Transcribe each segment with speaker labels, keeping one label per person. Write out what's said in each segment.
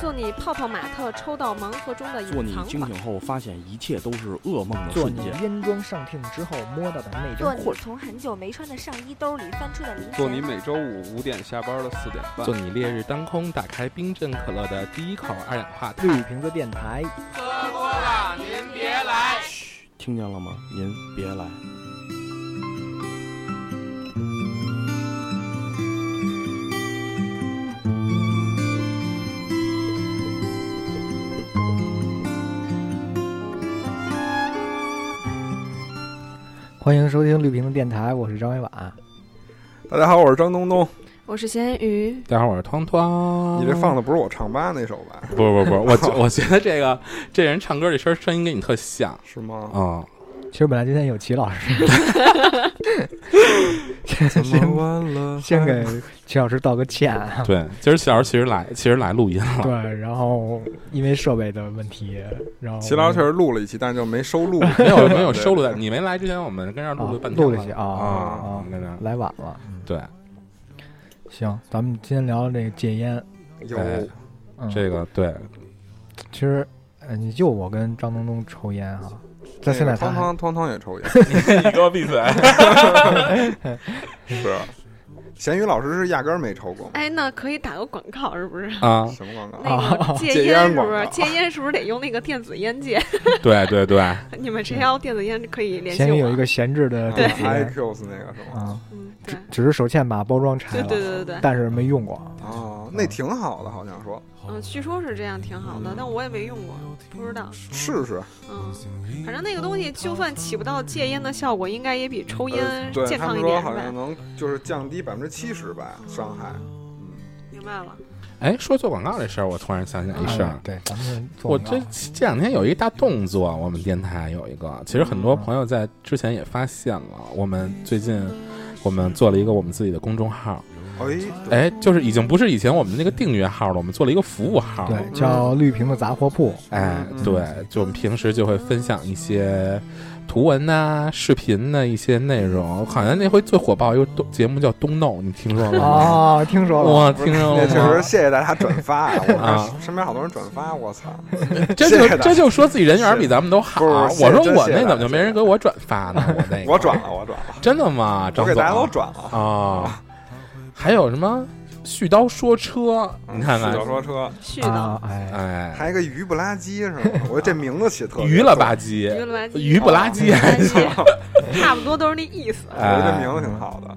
Speaker 1: 做你泡泡玛特抽到盲盒中的
Speaker 2: 做
Speaker 1: 隐
Speaker 2: 你
Speaker 1: 嗯藏
Speaker 2: 惊
Speaker 1: 款，
Speaker 2: 醒后发现一切都是噩梦的
Speaker 3: 做
Speaker 2: 瞬
Speaker 3: 你
Speaker 2: 间。
Speaker 3: 烟妆上听之后摸到的那
Speaker 4: 做
Speaker 3: 张
Speaker 4: 你
Speaker 3: 裤
Speaker 4: 从很久没穿的上衣兜里翻出的零钱，
Speaker 5: 做你每周五五点下班的四点半
Speaker 6: 做，你烈日当空打开冰镇可乐的第一口二氧化碳。
Speaker 3: 绿瓶子电台，
Speaker 2: 嘘，听见了吗？您别来。
Speaker 3: 欢迎收听绿瓶子电台，我是张伟婉。
Speaker 5: 大家好，我是张
Speaker 6: 哦
Speaker 5: 东东。
Speaker 1: 我是咸鱼，
Speaker 6: 大家好，我是汤汤。
Speaker 5: 你这放的不是我唱吧那首吧？
Speaker 6: 不不不，我觉 我觉得这个这人唱歌这声声音跟你特像
Speaker 5: 是 吗？
Speaker 6: 啊。
Speaker 3: 其实本来今天有齐老师，
Speaker 5: 怎
Speaker 3: 先
Speaker 5: 么完了？
Speaker 3: 先给齐老师道个歉啊。
Speaker 6: 对，今儿小时其实来其实来录音了，
Speaker 3: 对，然后因为设备的问题，然后
Speaker 5: 齐老师确实录了一期，但是就没收录，
Speaker 6: 没有没有收录在你没来之前，我们跟这儿录
Speaker 3: 啊
Speaker 6: 了半天
Speaker 3: 录了一些啊
Speaker 6: 啊
Speaker 3: 啊
Speaker 6: 我们跟这儿
Speaker 3: 来晚了。嗯
Speaker 6: 对
Speaker 3: 行，咱们今天聊这个戒烟。
Speaker 5: 有
Speaker 6: 哎
Speaker 3: 嗯、
Speaker 6: 这个对
Speaker 3: 其实，呃，你就我跟张东东抽烟哈，在现在他
Speaker 5: 哎汤
Speaker 3: 还
Speaker 5: 汤汤汤也抽烟，
Speaker 6: 你给我闭嘴。
Speaker 5: 是。咸鱼老师是压根儿没抽过吗？
Speaker 1: 哎，那可以打个广告是不是？
Speaker 6: 啊，
Speaker 5: 什么广告？
Speaker 1: 那 个戒
Speaker 5: 戒
Speaker 1: 烟
Speaker 5: 烟
Speaker 1: 是
Speaker 5: 广
Speaker 1: 不是
Speaker 5: 告
Speaker 1: 戒烟是不是得用那个电子烟戒？
Speaker 6: 对对对，
Speaker 1: 你们谁要电子烟可以联系
Speaker 3: 闲鱼有一
Speaker 1: 我。
Speaker 3: 个闲置
Speaker 5: 嗯
Speaker 3: 的电子烟
Speaker 5: iQs 那啊个是吗？
Speaker 3: 啊，
Speaker 1: 嗯，对
Speaker 3: 只只是手欠把包装拆
Speaker 1: 对
Speaker 3: 了，
Speaker 1: 对对对对，
Speaker 3: 但是没用过。
Speaker 6: 啊
Speaker 5: 哦，那挺好的，好像说
Speaker 1: 嗯，据说是这样挺好的，但我也没用过，不知道。
Speaker 5: 试试。
Speaker 1: 嗯，反正那个东西就算起不到戒烟的效果，应该也比抽
Speaker 5: 呃，
Speaker 1: 烟
Speaker 5: 对
Speaker 1: 健
Speaker 5: 他
Speaker 1: 康
Speaker 5: 们
Speaker 1: 一
Speaker 5: 说
Speaker 1: 点哦
Speaker 5: 好像
Speaker 1: 呗。
Speaker 5: 能就是降低百分之七十吧伤害。嗯，
Speaker 1: 明白了，
Speaker 6: 哎，说做广告这事儿，我突然想起一事儿
Speaker 3: 啊。对，咱们做
Speaker 6: 我
Speaker 3: 广告
Speaker 6: 这
Speaker 5: 啊
Speaker 6: 这两天有一大动作，我们电台有一个，其实很
Speaker 5: 嗯
Speaker 6: 多朋友在之前也发现了。我们最近我们做了一个我们自己的公众号，
Speaker 5: 哎，对，
Speaker 6: 哎，就是已经不是以前我们那个订阅号了，我们做了一个服务号。
Speaker 3: 对
Speaker 1: 嗯
Speaker 3: 叫绿瓶子杂货 铺，
Speaker 6: 哎，
Speaker 5: 嗯
Speaker 6: 对，就我们平时就会分享一些图文呐、视频的一些内容。好像那回最火爆一个东节目叫《东弄》，你听说了吗？
Speaker 3: 哦，听说了，
Speaker 6: 我听说
Speaker 5: 那
Speaker 6: 了
Speaker 5: 确
Speaker 6: 吗
Speaker 5: 实，？谢谢大家转发 啊！我
Speaker 6: 啊
Speaker 5: 看身边好多人转发，我操！
Speaker 6: 这
Speaker 5: 谢
Speaker 6: 就
Speaker 5: 谢大家
Speaker 6: 这就说自己人缘比咱们都好。啊
Speaker 5: 不是不是
Speaker 6: 我
Speaker 5: 谢谢
Speaker 6: 说我
Speaker 5: 真
Speaker 6: 那
Speaker 5: 谢谢
Speaker 6: 怎么就没人
Speaker 5: 大家
Speaker 6: 给我转发呢？我 那个
Speaker 5: 我转了，我转了，
Speaker 6: 真的吗？
Speaker 5: 我
Speaker 6: 哎张
Speaker 5: 给
Speaker 6: 总
Speaker 5: 大家都转了。
Speaker 6: 啊，还有什么絮叨说车？
Speaker 5: 嗯
Speaker 6: 你看看
Speaker 5: 小，说 车，
Speaker 1: 絮叨
Speaker 3: 啊，哎，
Speaker 6: 哎，
Speaker 5: 还一个鱼不拉几是吗？我觉得这名字起特别
Speaker 6: 鱼了吧
Speaker 5: 哎
Speaker 6: 唧，
Speaker 1: 鱼了吧唧，
Speaker 6: 鱼不拉 几，
Speaker 1: 垃圾，差不多都是那意思。
Speaker 5: 特别？我觉得
Speaker 6: 哎
Speaker 5: 这名字挺好的。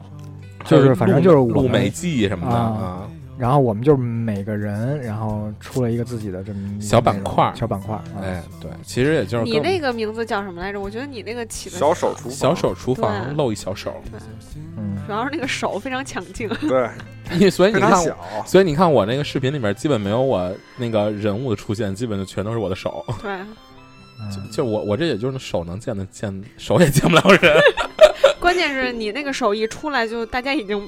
Speaker 3: 就是反正就是我
Speaker 6: 露
Speaker 3: 们
Speaker 6: 美记什么的
Speaker 3: 啊
Speaker 6: 啊，
Speaker 3: 然后我们就是每个人，然后出了一个自己的这么
Speaker 6: 小板块儿
Speaker 3: 小板块儿，啊
Speaker 6: 哎，对，其实也就是
Speaker 1: 你
Speaker 6: 跟
Speaker 1: 那个名字叫什么来着？我觉得你那个起的
Speaker 5: 小手厨房，
Speaker 6: 小手厨
Speaker 1: 对
Speaker 6: 房露一小手，
Speaker 3: 嗯，
Speaker 1: 主要是那个手非常抢镜，
Speaker 5: 对，
Speaker 6: 因为 所以
Speaker 5: 非
Speaker 6: 你
Speaker 5: 常
Speaker 6: 看。
Speaker 5: 小。
Speaker 6: 所以你看，我那个视频里面基本没有我那个人物的出现，基本就全都是我的手。
Speaker 5: 哦
Speaker 1: 对，
Speaker 6: 就
Speaker 3: 嗯
Speaker 6: 就我我这也就是手能见的见， 手也见不了人。
Speaker 1: 关键是你那个手一出来，就大家已经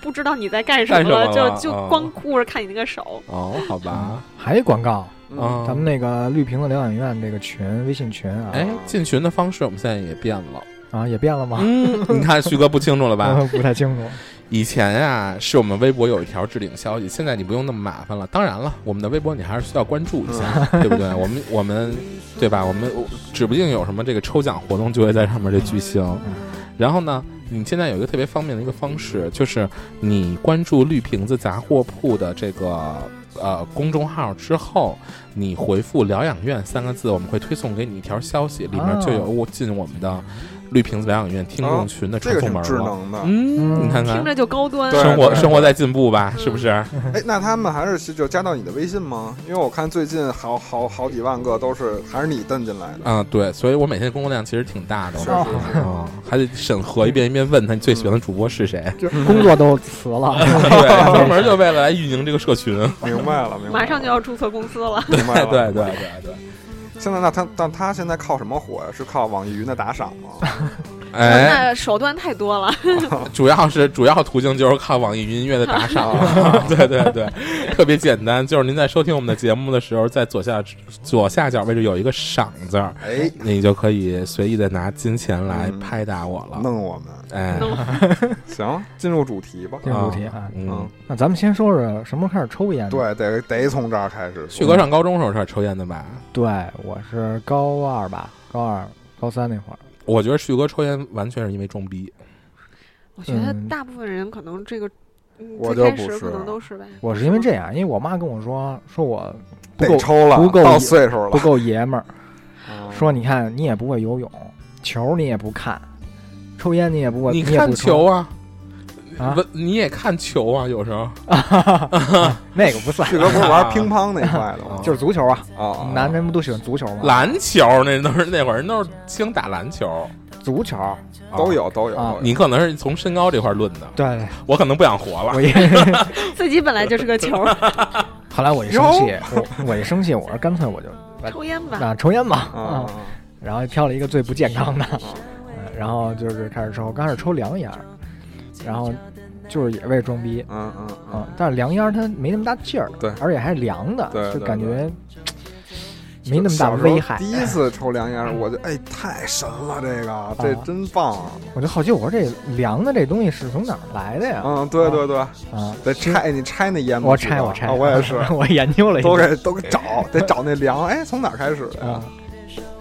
Speaker 1: 不知道你在干什么
Speaker 6: 干
Speaker 1: 了，
Speaker 6: 什么了
Speaker 1: 就
Speaker 3: 啊
Speaker 1: 就
Speaker 6: 嗯
Speaker 1: 光顾着看你那个手。
Speaker 6: 哦，好吧，
Speaker 3: 还有广告，
Speaker 5: 嗯，
Speaker 6: 啊，
Speaker 3: 咱们那个绿瓶子疗养院这个群，微信群啊，
Speaker 6: 哎，进群的方式我们现在也变了。
Speaker 3: 啊也变了吗？
Speaker 6: 嗯， 你看旭哥不清楚了吧？
Speaker 3: 不太清楚，
Speaker 6: 以前呀、是我们微博有一条置顶消息，现在你不用那么麻烦了。当然了，我们的微博你还是需要关注一下，
Speaker 5: 嗯
Speaker 6: 对不对？我们我们对吧？我们指不定有什么这个抽奖活动就会在上面这举行。
Speaker 5: 嗯
Speaker 6: 然后呢，你现在有一个特别方便的一个方式，就是你关注绿瓶子杂货铺的这个呃公众号之后，你回复“疗养院”三个字，我们会推送给你一条消息，里面就有我进我们的绿瓶子疗养院听众群的
Speaker 5: 哦这
Speaker 6: 传
Speaker 5: 个
Speaker 6: 送
Speaker 5: 挺
Speaker 6: 门
Speaker 5: 智
Speaker 6: 了。
Speaker 5: 能的。
Speaker 6: 嗯，你看看
Speaker 1: 听，着就高端，
Speaker 5: 对
Speaker 6: 生活
Speaker 5: 对
Speaker 6: 生活在进步吧，是不是？
Speaker 5: 哎，那他们还是就加到你的微信吗？因为我看最近好好好几万个都是还是你登进来的。
Speaker 6: 嗯，对，所以我每天工作量其实挺大的，我
Speaker 5: 是啊
Speaker 6: 们
Speaker 5: 是是，
Speaker 6: 嗯，还得审核一遍一遍，问他你最喜欢的主播是谁，
Speaker 3: 就是工作都辞了，
Speaker 6: 对，专门就为了来运营这个社群，
Speaker 5: 明白了，明白了。
Speaker 1: 马上就要注册公司了。
Speaker 5: 明白
Speaker 6: 对
Speaker 5: 了。
Speaker 6: 对对对对，
Speaker 5: 现在那他但他现在靠什么火呀？是靠网易云的打赏吗？
Speaker 6: 哎，
Speaker 1: 那手段太多了，
Speaker 6: 主要是主要途径就是靠网易云音乐的打 赏，
Speaker 5: 啊
Speaker 6: 啊对对对，特别简单。就是您在收听我们的节目的时候，在左下左下角位置有一个赏字儿，
Speaker 5: 哎，
Speaker 6: 你就可以随意的拿金钱来
Speaker 5: 嗯
Speaker 6: 拍打我了。
Speaker 5: 弄我们
Speaker 6: 哎，
Speaker 5: 行，进入主题吧。
Speaker 3: 进入主题啊。
Speaker 6: 嗯
Speaker 5: 嗯，，
Speaker 3: 那咱们先说说什么时候开始抽烟的？
Speaker 5: 对，得得从这儿开始说。
Speaker 6: 旭哥上高中时候开始抽烟的吧？
Speaker 3: 对，我是高二吧，高二、高三那会儿，
Speaker 6: 我觉得旭哥抽烟完全是因为装逼。
Speaker 1: 我觉得
Speaker 3: 嗯
Speaker 1: 大部分人可能这个，嗯
Speaker 5: 我
Speaker 1: 最开
Speaker 5: 就不
Speaker 1: 始可
Speaker 5: 是啊
Speaker 1: 能都是吧。
Speaker 3: 我是因为这样，因为我妈跟我说，说我不够
Speaker 5: 得抽了，
Speaker 3: 不够
Speaker 5: 到岁数了
Speaker 3: 不。够爷们儿，
Speaker 5: 嗯
Speaker 3: 说你看你也不会游泳，球你也不看，抽烟你也不会，
Speaker 6: 你
Speaker 3: 也
Speaker 6: 看
Speaker 3: 不
Speaker 6: 球
Speaker 3: 抽，
Speaker 6: 啊？
Speaker 3: 啊
Speaker 6: 不，你也看球啊？有时候
Speaker 3: 那个不算，
Speaker 5: 旭哥不是
Speaker 6: 啊
Speaker 5: 玩乒乓那块的吗？
Speaker 3: 就是足球啊，
Speaker 5: 啊，
Speaker 3: 男人不都喜欢足球吗？
Speaker 6: 篮球那都是那会儿人都是兴打篮球，
Speaker 3: 足球，
Speaker 6: 啊
Speaker 5: 都。有都有
Speaker 3: 啊
Speaker 5: 都有。
Speaker 6: 你可能是从身高这块论的，
Speaker 3: 对对，
Speaker 6: 我可能不想活了。
Speaker 3: 我一
Speaker 1: 自己本来就是个球儿，
Speaker 3: 后来我一生气，我我一生气，我说干脆我就
Speaker 1: 抽烟吧。
Speaker 3: 那抽烟吧，
Speaker 5: 啊
Speaker 3: 啊，，然后挑了一个最不健康的，嗯然后就是开始抽，刚开始抽凉烟儿，然后就是也为装逼，
Speaker 5: 嗯嗯嗯
Speaker 3: 啊，但是凉烟儿它没那么大劲儿，
Speaker 5: 对
Speaker 3: 而且还是凉的，
Speaker 5: 对
Speaker 3: 就
Speaker 5: 对
Speaker 3: 感
Speaker 5: 对
Speaker 3: 觉没那么大
Speaker 5: 小时候
Speaker 3: 危害。
Speaker 5: 第一次抽凉烟，我就哎太神了，这个 这
Speaker 3: 啊
Speaker 5: 真棒。
Speaker 3: 我就好奇，我说这凉的这东西是从哪儿来的呀？
Speaker 5: 嗯，对对对，
Speaker 3: 啊，
Speaker 5: 得
Speaker 3: 是
Speaker 5: 拆你拆那烟吗？
Speaker 3: 我
Speaker 5: 旭
Speaker 3: 拆
Speaker 5: 哥
Speaker 3: 我拆，，
Speaker 5: 啊我也是
Speaker 3: 我研究了一
Speaker 5: 都
Speaker 3: 下
Speaker 5: 给都给找，得找那凉。哎，从哪儿开始的呀
Speaker 3: 啊？，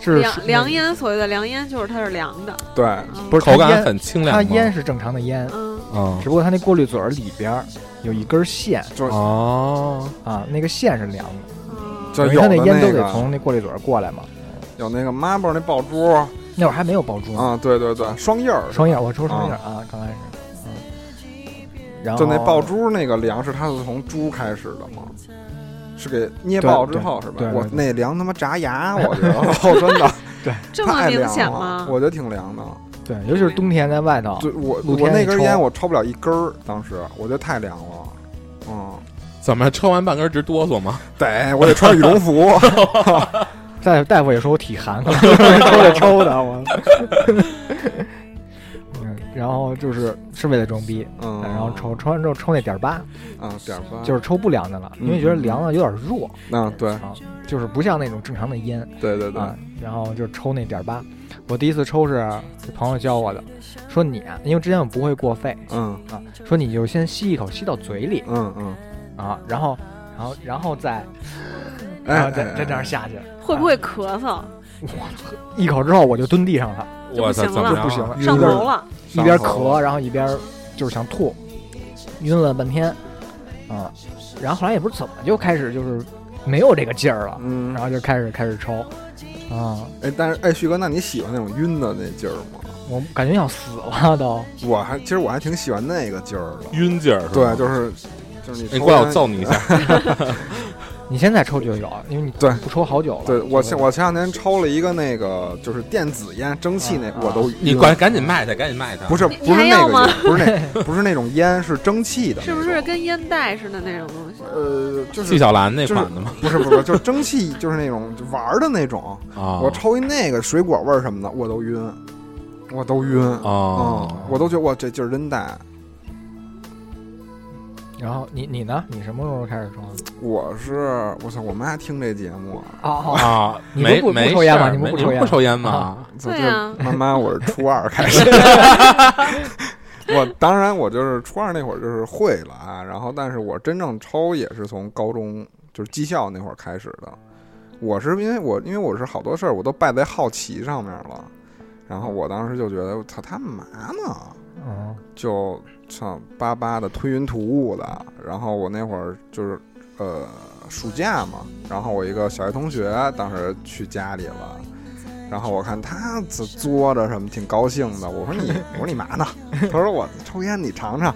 Speaker 3: 是
Speaker 1: 凉凉，烟，所谓的凉烟就是它是凉的，
Speaker 5: 对，
Speaker 1: 嗯
Speaker 3: 不是
Speaker 6: 口感
Speaker 3: 烟
Speaker 6: 很清
Speaker 3: 它
Speaker 6: 凉吗？
Speaker 3: 烟是正常的
Speaker 5: 哦
Speaker 3: 烟，
Speaker 1: 嗯，
Speaker 6: 嗯
Speaker 3: 只不过它那过滤嘴儿里边儿有一根线
Speaker 5: 就是
Speaker 6: 哦，
Speaker 3: 啊，那个线是凉的，
Speaker 1: 嗯
Speaker 5: 就
Speaker 3: 因为
Speaker 5: 有
Speaker 3: 它
Speaker 5: 的那
Speaker 3: 烟都得
Speaker 5: 个
Speaker 3: 从那过滤嘴儿过来嘛。
Speaker 5: 有那个 marble 那爆珠啊，
Speaker 3: 那会儿还没有爆珠，
Speaker 5: 对对对，双叶儿，
Speaker 3: 嗯双叶儿，我抽双叶儿啊，刚开始，嗯，然后
Speaker 5: 就那爆珠那个粮食，它是从珠开始的吗？是给捏
Speaker 3: 对
Speaker 5: 爆之后是吧
Speaker 3: 对？对
Speaker 5: 我
Speaker 3: 对
Speaker 5: 那凉他妈炸牙，我觉得 哦真的
Speaker 1: 这么
Speaker 5: 太
Speaker 1: 明
Speaker 5: 凉
Speaker 1: 显
Speaker 5: 了
Speaker 1: 吗，？
Speaker 5: 我觉得挺凉的。
Speaker 3: 对，尤其是冬天在外头，
Speaker 1: 啊
Speaker 5: 对我
Speaker 3: 露
Speaker 5: 我
Speaker 3: 天
Speaker 5: 那
Speaker 3: 一
Speaker 5: 根
Speaker 3: 抽
Speaker 5: 烟我抽不了一根儿，当时我觉得太凉了。嗯，
Speaker 6: 怎么抽完半根直哆嗦吗？
Speaker 5: 得我得穿羽绒 服。
Speaker 3: 大夫大夫也说我体 寒，可能就是抽着抽的我。 嗯，然后就是是为了装逼，
Speaker 5: 嗯，
Speaker 3: 然后抽抽完之后抽那点儿八，
Speaker 5: 啊点儿八，
Speaker 3: 就是是抽不凉的了，因为觉得凉的有点弱
Speaker 5: 嗯对
Speaker 3: 啊，就是不像那种正常的烟
Speaker 5: 对对对，
Speaker 3: 啊。然后就抽那点儿八，我第一次抽是朋友教我的，说你啊，因为之前我不会过肺
Speaker 5: 嗯
Speaker 3: 啊，说你就先吸一口，吸到嘴里
Speaker 5: 嗯嗯，
Speaker 3: 啊，然后然后然后再然
Speaker 5: 哎
Speaker 3: 后再再这样
Speaker 5: 哎
Speaker 3: 下去，
Speaker 1: 会不会咳嗽？
Speaker 3: 一口之后我就蹲地上了。
Speaker 1: 就
Speaker 6: 我
Speaker 1: 不
Speaker 6: 操，
Speaker 1: 行
Speaker 6: 怎么
Speaker 1: 了
Speaker 6: 着啊
Speaker 3: 不行了
Speaker 1: 上
Speaker 5: 有点
Speaker 1: 头了，
Speaker 3: 一边
Speaker 5: 上头
Speaker 3: 咳，然后一边就是想吐，晕了半天，啊，然后后来也不知怎么就开始就是没有这个劲儿了，
Speaker 5: 嗯
Speaker 3: 然，后就开始开始抽，啊，
Speaker 5: 哎，但是哎，旭哥，那你喜欢那种晕的那劲儿吗？
Speaker 3: 我感觉要死了都，
Speaker 5: 我还其实我还挺喜欢那个劲儿的。
Speaker 6: 晕劲儿是吧？哎
Speaker 5: 对，就是就是你
Speaker 3: 哎
Speaker 6: 你
Speaker 5: 抽
Speaker 6: 过来我
Speaker 5: 烟
Speaker 6: 揍你一下。
Speaker 3: 你现在抽就有，因为你
Speaker 5: 对
Speaker 3: 不抽好久了，
Speaker 5: 对我前
Speaker 3: 现
Speaker 5: 我前两天抽了一个那个就是电子烟蒸汽那
Speaker 3: 啊
Speaker 5: 我都
Speaker 6: 你
Speaker 5: 晕
Speaker 6: 赶赶紧卖它，赶紧卖它。
Speaker 5: 不是
Speaker 1: 你
Speaker 5: 不是
Speaker 1: 你还
Speaker 5: 那
Speaker 1: 要
Speaker 5: 个
Speaker 1: 吗
Speaker 5: 烟，不是那不是那种烟是蒸汽的 那
Speaker 1: 是
Speaker 5: 种，
Speaker 1: 不是跟烟袋似的那种东西？
Speaker 5: 呃就
Speaker 6: 纪
Speaker 5: 是
Speaker 6: 晓岚那款的吗？
Speaker 5: 不是不是就是蒸汽就是那种就玩儿的那种，
Speaker 6: 啊，
Speaker 5: 我抽一那个水果味儿什么的我都晕，我都晕
Speaker 6: 哦
Speaker 5: 嗯，我都觉得哇这劲儿真大。
Speaker 3: 在然后你你呢？你什么时候开始抽啊的？
Speaker 5: 我是我操，我妈听这节目，
Speaker 3: 哦，
Speaker 6: 啊，
Speaker 3: 你
Speaker 6: 没
Speaker 3: 不不
Speaker 6: 没
Speaker 3: 不抽烟吗
Speaker 6: 事儿
Speaker 3: 你
Speaker 6: 没
Speaker 3: 不
Speaker 6: 你
Speaker 3: 抽
Speaker 6: 们
Speaker 3: 烟
Speaker 6: 不
Speaker 3: 吗啊
Speaker 6: 抽烟吗？
Speaker 5: 就
Speaker 1: 对
Speaker 5: 是
Speaker 1: 呀
Speaker 5: 妈妈，我是初二开始。 我当然，我就是初二那会儿就是会了啊，然后但是我真正抽也是从高中就是技校那会儿开始的。我是因为我因为我是好多事儿我都败在好奇上面了，然后我当时就觉得我操他们嘛呢，
Speaker 3: 嗯，
Speaker 5: 就像巴巴的推云吐雾的。然后我那会儿就是呃暑假嘛，然后我一个小学同学当时去家里了。然后我看他自作着什么，挺高兴的。我说你， 我说你嘛呢？他说我抽烟，你尝尝。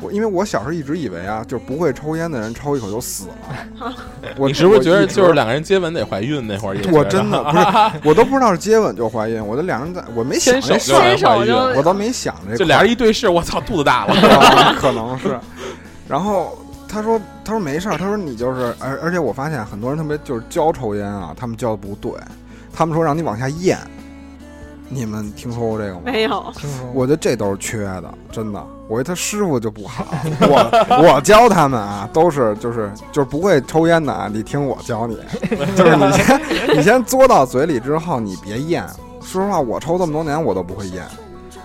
Speaker 5: 我因为我小时候一直以为啊，就是不会抽烟的人抽一口就死 了。我
Speaker 6: 你是不是
Speaker 5: 我
Speaker 6: 觉得
Speaker 5: 一直
Speaker 6: 就是两个人接吻得怀孕那会儿也觉得？
Speaker 5: 我真的不是，我都不知道是接吻就怀孕，我这两人在我没想
Speaker 6: 牵
Speaker 5: 这
Speaker 6: 手
Speaker 5: 事
Speaker 6: 就让
Speaker 5: 儿
Speaker 1: 牵
Speaker 6: 人怀
Speaker 1: 手
Speaker 6: 孕，
Speaker 1: 就
Speaker 5: 我都没想这
Speaker 6: 就
Speaker 5: 块儿
Speaker 6: 俩人一对视，我操，肚子大 了。
Speaker 5: 啊可能是。然后他说，他说没事儿，他说你就是，而而且我发现很多人特别就是教抽烟啊，他们教的不对，他们说让你往下咽，你们听说过这个吗？
Speaker 1: 没有，
Speaker 3: 听说
Speaker 5: 我觉得这都是缺的，真的。我觉得他师傅就不好， 我我教他们啊，都是就是就是不会抽烟的啊，你听我教你，就是你先你先嘬到嘴里之后，你别咽。说实话，我抽这么多年，我都不会咽，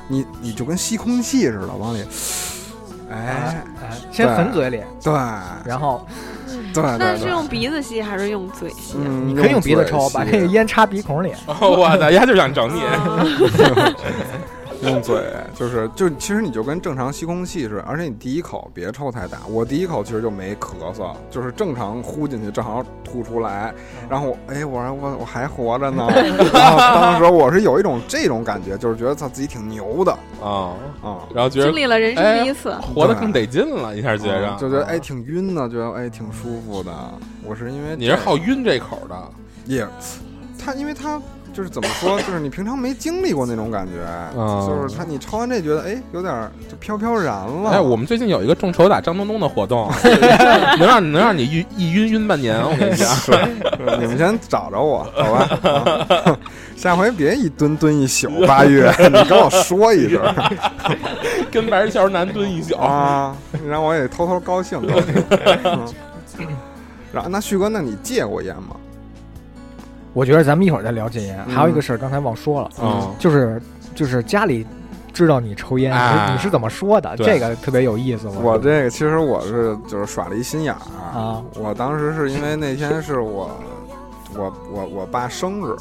Speaker 5: 你你就跟吸空气似的，往里，哎，
Speaker 3: 哎先粉嘴里，
Speaker 5: 对
Speaker 3: 然后
Speaker 5: 对
Speaker 1: 那
Speaker 5: 对
Speaker 1: 是
Speaker 5: 对，
Speaker 1: 用鼻子吸还是用嘴吸？啊
Speaker 5: 嗯，
Speaker 3: 你可以用鼻子
Speaker 5: 嘴
Speaker 3: 抽，把
Speaker 5: 吸
Speaker 3: 这个烟插鼻孔里。
Speaker 6: 我操，丫就想整你。
Speaker 1: 哦
Speaker 5: 用嘴，就是就其实你就跟正常吸空气似的，而且你第一口别抽太大。我第一口其实就没咳嗽，就是正常呼进去，正常吐出来。然后我哎，我还我我还活着呢。然后当时我是有一种这种感觉，就是觉得他自己挺牛的
Speaker 1: 嗯
Speaker 6: 啊，
Speaker 5: 啊，
Speaker 6: 然后觉
Speaker 1: 经
Speaker 6: 得
Speaker 1: 历了人生第一
Speaker 5: 哎
Speaker 1: 次，
Speaker 6: 活得更得劲了，一下觉着
Speaker 5: 嗯就觉得哎挺晕的，觉得哎挺舒服的。我是因为
Speaker 6: 你是
Speaker 5: 这
Speaker 6: 好晕这口的，
Speaker 5: 也，他因为他就是怎么说，就是你平常没经历过那种感觉，
Speaker 6: 嗯
Speaker 5: 就是他你抽完这觉得哎有点儿就飘飘然了。
Speaker 6: 哎，我们最近有一个众筹打张东东的活动，啊 能让你能让你一一晕晕半年，我跟你讲。
Speaker 5: 你们先找着我，好吧？ 啊下回别一蹲蹲一宿，八月， 你跟我说一 声
Speaker 6: 哎跟白人桥南蹲一宿。
Speaker 5: 啊，让我也偷偷高兴高兴。嗯 然后，那旭哥，那你戒过烟吗？
Speaker 3: 我觉得咱们一会儿再聊戒烟。
Speaker 5: 嗯
Speaker 3: 还有一个事儿，刚才忘说了，
Speaker 6: 嗯
Speaker 3: 就是就是家里知道你抽烟，
Speaker 6: 啊
Speaker 3: 你是你是怎么说的？
Speaker 6: 对
Speaker 3: 这个特别有意思。
Speaker 5: 我
Speaker 3: 觉得
Speaker 5: 这个其实我是就是耍了一心眼儿
Speaker 3: 啊，
Speaker 5: 我当时是因为那天是我我我我爸生日，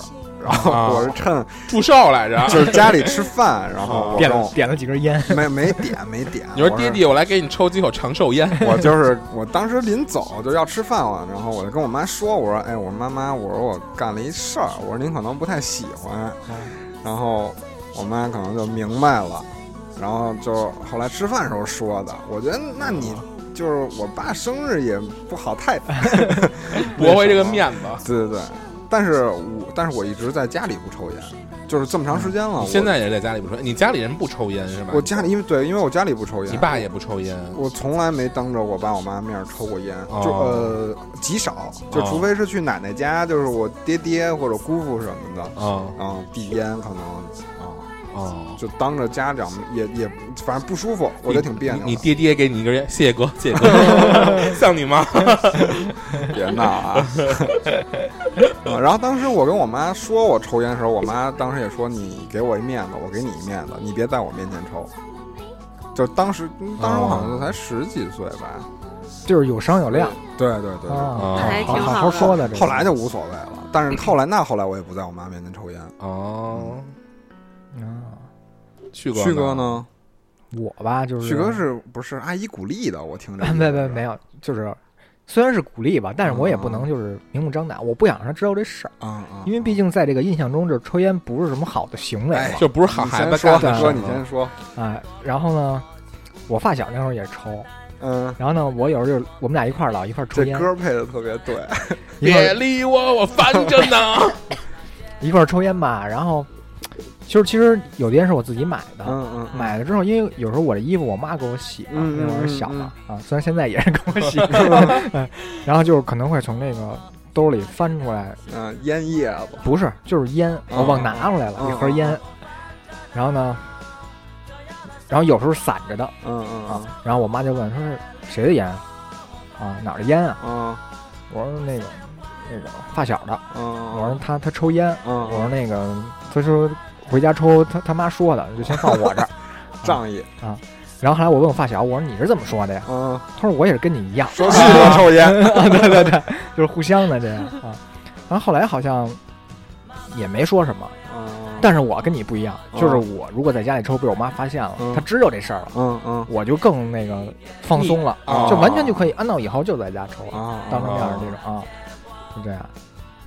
Speaker 5: 然后
Speaker 6: 啊
Speaker 5: 我是趁
Speaker 6: 祝寿来着。
Speaker 5: 就是家里吃饭，然后我
Speaker 3: 点
Speaker 5: 跟
Speaker 3: 了
Speaker 5: 我
Speaker 3: 点了几根烟，
Speaker 5: 没没点没点，
Speaker 6: 你说
Speaker 5: 我是
Speaker 6: 爹地，我来给你抽几口长寿烟。
Speaker 5: 我就是我当时临走就要吃饭了，然后我就跟我妈说，我说，哎，我说妈妈，我说我干了一事儿，我说您可能不太喜欢，
Speaker 6: 嗯
Speaker 5: 然后我妈可能就明白了，然后就后来吃饭时候说的，我觉得那你就是我爸生日也不好太，
Speaker 6: 驳回这
Speaker 5: 啊
Speaker 6: 个面子。
Speaker 5: 对 对对，但是我但是我一直在家里不抽烟，就是这么长时间了，
Speaker 6: 你
Speaker 5: 我
Speaker 6: 现在也是在家里不抽，你家里人不抽烟是吧？
Speaker 5: 我家里因为对，因为我家里不抽烟，
Speaker 6: 你爸也不抽烟。
Speaker 5: 我从来没当着我爸我妈面儿抽过烟，
Speaker 6: 哦
Speaker 5: 就呃极少，就
Speaker 6: 哦
Speaker 5: 除非是去奶奶家，就是我爹爹或者姑父什么的，
Speaker 6: 哦
Speaker 5: 嗯，递烟可能啊，
Speaker 6: 哦，
Speaker 5: 就当着家长也也反正不舒服，我觉得挺别扭的。
Speaker 6: 你你爹爹给你一根烟，谢谢哥，谢谢哥， 像你吗？
Speaker 5: 别 闹啊！啊然后当时我跟我妈说我抽烟的时候，我妈当时也说你给我一面子，我给你一面子，你别在我面前抽。就当时嗯当时我好像
Speaker 6: 哦
Speaker 5: 才十几岁吧，
Speaker 3: 就是有商有量
Speaker 5: 对对对对。
Speaker 1: 那
Speaker 3: 啊，
Speaker 6: 哦
Speaker 1: 还挺好
Speaker 3: 好好
Speaker 1: 的
Speaker 3: 说的。这个
Speaker 5: 后来就无所谓了。但是后来那后来我也不在我妈面前抽烟。
Speaker 6: 哦，
Speaker 3: 啊，
Speaker 6: 旭哥，
Speaker 5: 旭哥？呢？
Speaker 3: 我吧就是
Speaker 5: 旭哥是不是阿姨鼓励的？我听 着。
Speaker 3: 啊没没没有，就是虽然是鼓励吧，但是我也不
Speaker 5: 嗯
Speaker 6: 哦
Speaker 3: 能就是明目张胆，我不想让他知道这事儿，
Speaker 5: 嗯嗯，
Speaker 3: 因为毕
Speaker 6: 哦
Speaker 3: 竟在这个印象中，就是抽烟不是什么好的行为
Speaker 5: 哎
Speaker 3: 嘛。
Speaker 6: 就不是好孩
Speaker 5: 你
Speaker 6: 子
Speaker 5: 先说，
Speaker 6: 干
Speaker 3: 的
Speaker 5: 你
Speaker 3: 事
Speaker 5: 说，
Speaker 3: 儿
Speaker 5: 你先说。
Speaker 3: 哎，然后呢，我发小那会儿也抽，
Speaker 5: 嗯，
Speaker 3: 然后呢，我有时候就是我们俩一块儿老一块儿抽
Speaker 5: 这
Speaker 3: 烟，啊
Speaker 5: 歌配的特别对。
Speaker 3: 一块儿
Speaker 6: 别理我，我烦着 呢。
Speaker 3: 一块儿抽烟吧，然后就是其实有的烟是我自己买的。
Speaker 5: 嗯嗯，
Speaker 3: 买了之后，因为有时候我的衣服我妈给我洗嘛，
Speaker 5: 嗯嗯
Speaker 3: 那会儿小
Speaker 5: 嗯
Speaker 3: 嘛啊，虽然现在也是给我 洗， 然后就是可能会从那个兜里翻出来，
Speaker 5: 嗯，烟叶子。
Speaker 3: 不是，就是烟，我忘拿出来了
Speaker 5: 嗯
Speaker 3: 一盒烟，然后呢，然后有时候散着的
Speaker 5: 嗯嗯
Speaker 3: 啊
Speaker 5: 嗯，
Speaker 3: 然后我妈就问说是谁的烟啊，哪儿的烟啊？
Speaker 5: 嗯
Speaker 3: 我说那个那个发小的，
Speaker 5: 嗯，
Speaker 3: 我说他他抽烟，
Speaker 5: 嗯，
Speaker 3: 我说那个他说回家抽他他妈说的，就先放我这儿。
Speaker 5: 嗯仗义。
Speaker 3: 然后后来我问我发小，我说你是怎么说的呀？
Speaker 5: 嗯，
Speaker 3: 他说我也是跟你一样，
Speaker 5: 说旭哥抽烟。
Speaker 3: 对对对，就是互相的这样啊。然后后来好像也没说什么，
Speaker 5: 嗯，
Speaker 3: 但是我跟你不一样，
Speaker 5: 嗯
Speaker 3: 就是我如果在家里抽被我妈发现了，
Speaker 5: 嗯
Speaker 3: 她知道这事儿了，
Speaker 5: 嗯嗯
Speaker 3: 我就更那个放松了，
Speaker 5: 哦
Speaker 3: 就完全就可以，啊，那我以后就在家抽，
Speaker 5: 啊，
Speaker 3: 当成面儿
Speaker 5: 这
Speaker 3: 这种啊，就这样。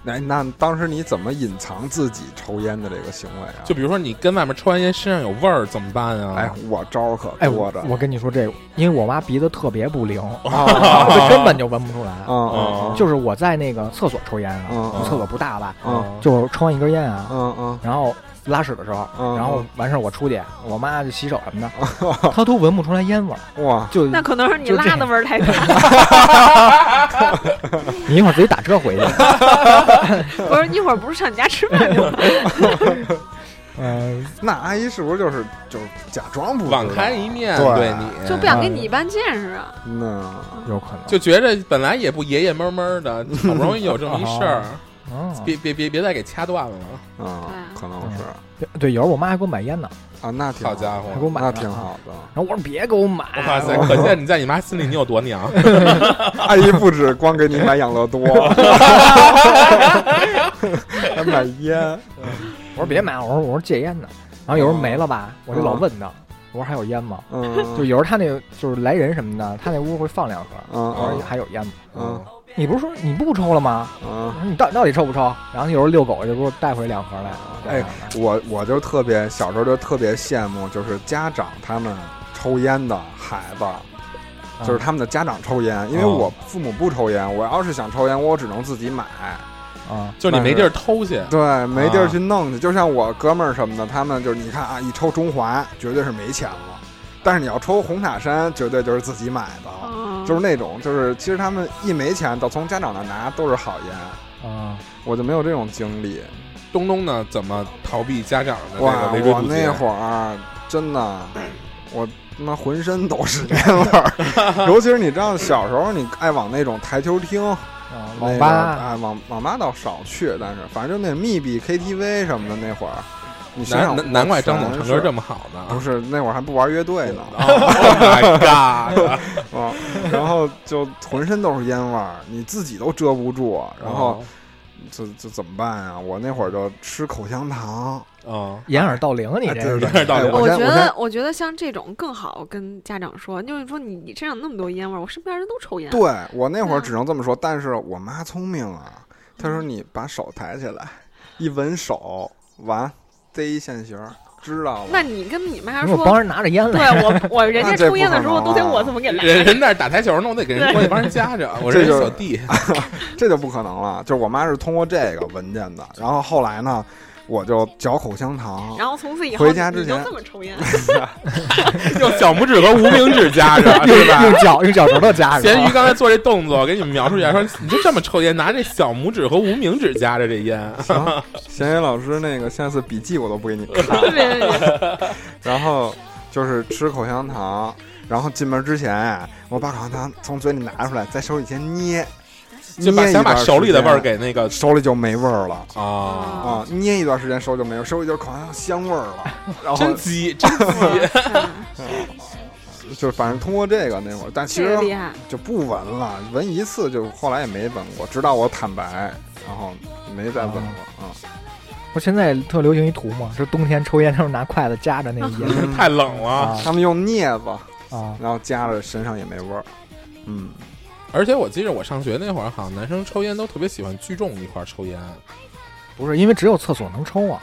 Speaker 5: 哎，那当时你怎么隐藏自己抽烟的这个行为啊？
Speaker 6: 就比如说你跟外面抽完烟，身上有味儿怎么办啊？
Speaker 5: 哎，我招儿可
Speaker 3: 哎，
Speaker 5: 多
Speaker 3: 我
Speaker 5: 着。
Speaker 3: 我跟你说这个，因为我妈鼻子特别不灵，
Speaker 5: 啊
Speaker 3: 就根本就闻不出来。
Speaker 5: 嗯，
Speaker 3: 就是我在那个厕所抽烟啊，
Speaker 5: 嗯
Speaker 3: 厕所不大吧，
Speaker 5: 嗯
Speaker 3: 就是抽完一根烟啊，
Speaker 5: 嗯嗯
Speaker 3: 然后拉屎的时候，
Speaker 5: 嗯
Speaker 3: 然后完事儿我出去，我妈就洗手什么的， 她都闻不出来烟味儿，
Speaker 5: 嗯，哇，
Speaker 3: 就
Speaker 1: 那可能是你
Speaker 3: 就这
Speaker 1: 辣的味儿太大，
Speaker 3: 你一会儿自己打 车回去。
Speaker 5: 嗯
Speaker 1: 我说一会儿不是上你家吃饭去吗？
Speaker 3: 嗯，
Speaker 5: 那阿姨是不是就是就是假装不知道
Speaker 6: 网开一面
Speaker 5: 对
Speaker 6: 你，
Speaker 1: 就不想
Speaker 5: 嗯
Speaker 1: 跟你一般见识啊。
Speaker 5: 那嗯
Speaker 3: 有可能
Speaker 6: 就觉着本来也不爷爷闷闷的，好不容易有这么一事儿，
Speaker 5: 哦
Speaker 3: 啊，
Speaker 6: 别别别别再给掐断了嘛。
Speaker 5: 啊，可能是
Speaker 3: 对，有时候我妈还给我买烟呢，
Speaker 5: 啊，那挺
Speaker 6: 好家伙
Speaker 3: 还给我买
Speaker 5: 那
Speaker 3: 呢
Speaker 5: 挺。好的。
Speaker 3: 然后我说别给我买，啊
Speaker 6: 哇塞，可见你在你妈心里你有多娘。
Speaker 5: 阿姨不止光给你买养乐多， 还买烟。
Speaker 3: 我说别买，啊我说我说戒烟呢。然后有时候没了吧，我就老
Speaker 5: 嗯
Speaker 3: 问她，我说还有烟吗？
Speaker 5: 嗯，
Speaker 3: 就有时候她那个就是来人什么的，她那屋会放两盒，
Speaker 5: 嗯
Speaker 3: 我说
Speaker 5: 嗯
Speaker 3: 还有烟吗？
Speaker 5: 嗯
Speaker 3: 你不是说你不抽了吗？我
Speaker 5: 嗯。
Speaker 3: 说你到到底抽不抽？然后有时候遛狗就给我带回两盒来。
Speaker 5: 哎我我就特别小时候就特别羡慕，就是家长他们抽烟的孩子，哎就是他们的家长抽烟，因为
Speaker 6: 哦
Speaker 5: 我父母不抽烟，我要是想抽烟，我只能自己买，
Speaker 3: 啊，
Speaker 6: 就你没地儿偷去，
Speaker 5: 对，没地儿去弄去。就像我哥们儿什么的，他们就是你看啊，一抽中华绝对是没钱了，但是你要抽红塔山，绝对就是自己买的。
Speaker 1: 嗯
Speaker 5: 就是那种，就是其实他们一没钱到从家长那拿都是好烟，
Speaker 3: 啊，
Speaker 5: 我就没有这种经历。
Speaker 6: 东东呢怎么逃避家长的这
Speaker 5: 哇，
Speaker 6: 个围追
Speaker 5: 我
Speaker 6: 堵
Speaker 5: 那
Speaker 6: 截？
Speaker 5: 会儿真的，我他妈浑身都是烟味儿， 尤其是你知道小时候你爱往那种台球厅、
Speaker 3: 啊
Speaker 5: 那
Speaker 3: 网
Speaker 5: 个
Speaker 3: 吧
Speaker 5: 啊，网网吧倒少去，但是反正就那密闭 KTV 什么的那会儿，你想想
Speaker 6: 难难难怪张总唱歌这
Speaker 5: 么。
Speaker 6: 么好呢。
Speaker 5: 不是那会儿还不玩乐 队呢，
Speaker 6: Oh my god！
Speaker 5: 啊，然后就浑身都是烟味儿，你自己都遮不住，然后
Speaker 6: 哦
Speaker 5: 这这怎么办啊？我那会儿就吃口香糖，
Speaker 6: 哦，
Speaker 3: 掩耳盗铃啊，你
Speaker 5: 哎
Speaker 3: 这
Speaker 5: 对
Speaker 3: 是
Speaker 5: 对
Speaker 6: 掩耳
Speaker 5: 对，
Speaker 6: 盗
Speaker 5: 哎
Speaker 6: 铃
Speaker 5: 我
Speaker 1: 我
Speaker 5: 先
Speaker 1: 觉
Speaker 5: 我先
Speaker 1: 得，我觉得像这种更好跟家长说，就是说你你身上那么多烟味儿，我身边人都抽烟，
Speaker 5: 对我那会儿
Speaker 1: 嗯
Speaker 5: 只能这么说，但是我妈聪明啊，她说你把手抬起来，一闻手，完逮一现行儿，知道了。
Speaker 1: 那你跟你妈
Speaker 3: 你说
Speaker 1: 说
Speaker 3: 我，帮人拿着烟
Speaker 1: 对
Speaker 3: 来，
Speaker 1: 我我人家
Speaker 5: 那这
Speaker 1: 抽烟的时候
Speaker 5: 不可能啊
Speaker 1: 都得我怎么给拿
Speaker 6: 人人那儿打台球呢，我得给人过去帮人夹着，我
Speaker 5: 这
Speaker 6: 是
Speaker 5: 就是
Speaker 6: 小 弟。
Speaker 5: 这就不可能了，就是我妈是通过这个闻见的，然后后来呢，我就嚼口香糖，
Speaker 1: 然后从此以后
Speaker 5: 回家之前
Speaker 1: 你就这么抽烟，
Speaker 6: 用小拇指和无名指夹
Speaker 5: 啊
Speaker 6: 着，
Speaker 3: 用
Speaker 6: 是吧？
Speaker 3: 用脚用脚趾头夹着啊
Speaker 6: 咸鱼刚才做这动作，我给你们描述一下，说你就这么抽烟，拿这小拇指和无名指夹着这烟，
Speaker 5: 行，咸鱼老师那个下次笔记我都不给你看。
Speaker 1: 别别别，
Speaker 5: 然后就是吃口香糖，然后进门之前啊，我把口香糖从嘴里拿出来，在手里先捏，
Speaker 6: 就把
Speaker 5: 捏一
Speaker 6: 想把
Speaker 5: 段
Speaker 6: 手里的味
Speaker 5: 时间
Speaker 6: 儿给那个
Speaker 5: 手里就没味儿了
Speaker 6: 啊，
Speaker 1: 哦
Speaker 5: 啊、捏一段时间手里就没有，手里就是口香糖香味儿了，然后
Speaker 6: 真急，真
Speaker 5: 就是反正通过这个那会儿， 但其
Speaker 1: 这个厉
Speaker 5: 实
Speaker 1: 害，
Speaker 5: 就不闻了，闻一次就后来也没闻过，直到我坦白，然后没再闻过啊。
Speaker 3: 不是现在特流行一图吗？是冬天抽烟的时候拿筷子夹着那烟
Speaker 5: 嗯
Speaker 6: 太冷了。
Speaker 5: 他们用镊子，
Speaker 3: 啊
Speaker 5: 然后夹着身上也没味儿，嗯，
Speaker 6: 而且我记着我上学那会儿，好像男生抽烟都特别喜欢聚众一块儿抽烟，
Speaker 3: 不是因为只有厕所能抽啊，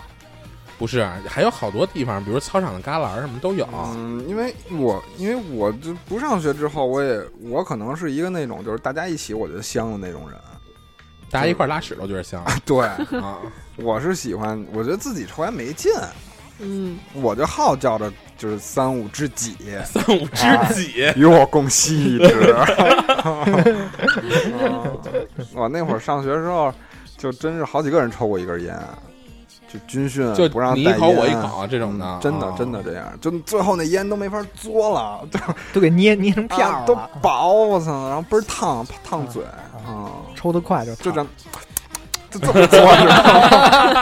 Speaker 6: 不是，啊还有好多地方，比如操场的旮旯什么都有。
Speaker 5: 嗯，因为我因为我就不上学之后，我也我可能是一个那种就是大家一起我觉得香的那种人。
Speaker 6: 大家一块儿拉屎都觉得香
Speaker 5: 对，
Speaker 6: 啊！
Speaker 5: 我是喜欢，我觉得自己抽烟没劲，
Speaker 1: 嗯，
Speaker 5: 我就号召着就是三五知己，啊
Speaker 6: 三五知己，
Speaker 5: 与我共吸 一支。 啊我那会儿上学的时候，就真是好几个人抽过一根烟，就军训
Speaker 6: 就
Speaker 5: 嗯不让
Speaker 6: 你一
Speaker 5: 带
Speaker 6: 口我一
Speaker 5: 烟啊
Speaker 6: 口这种的
Speaker 5: 嗯，真的
Speaker 6: 啊
Speaker 5: 真的这样，就最后那烟都没法嘬了，就
Speaker 3: 都给捏捏成片
Speaker 5: 啊
Speaker 3: 儿
Speaker 5: 都
Speaker 3: 了，
Speaker 5: 薄，我操，然后倍儿烫烫嘴
Speaker 3: 啊
Speaker 5: 啊，
Speaker 3: 抽得快就
Speaker 5: 就
Speaker 3: 就
Speaker 5: 这样，就这么嘬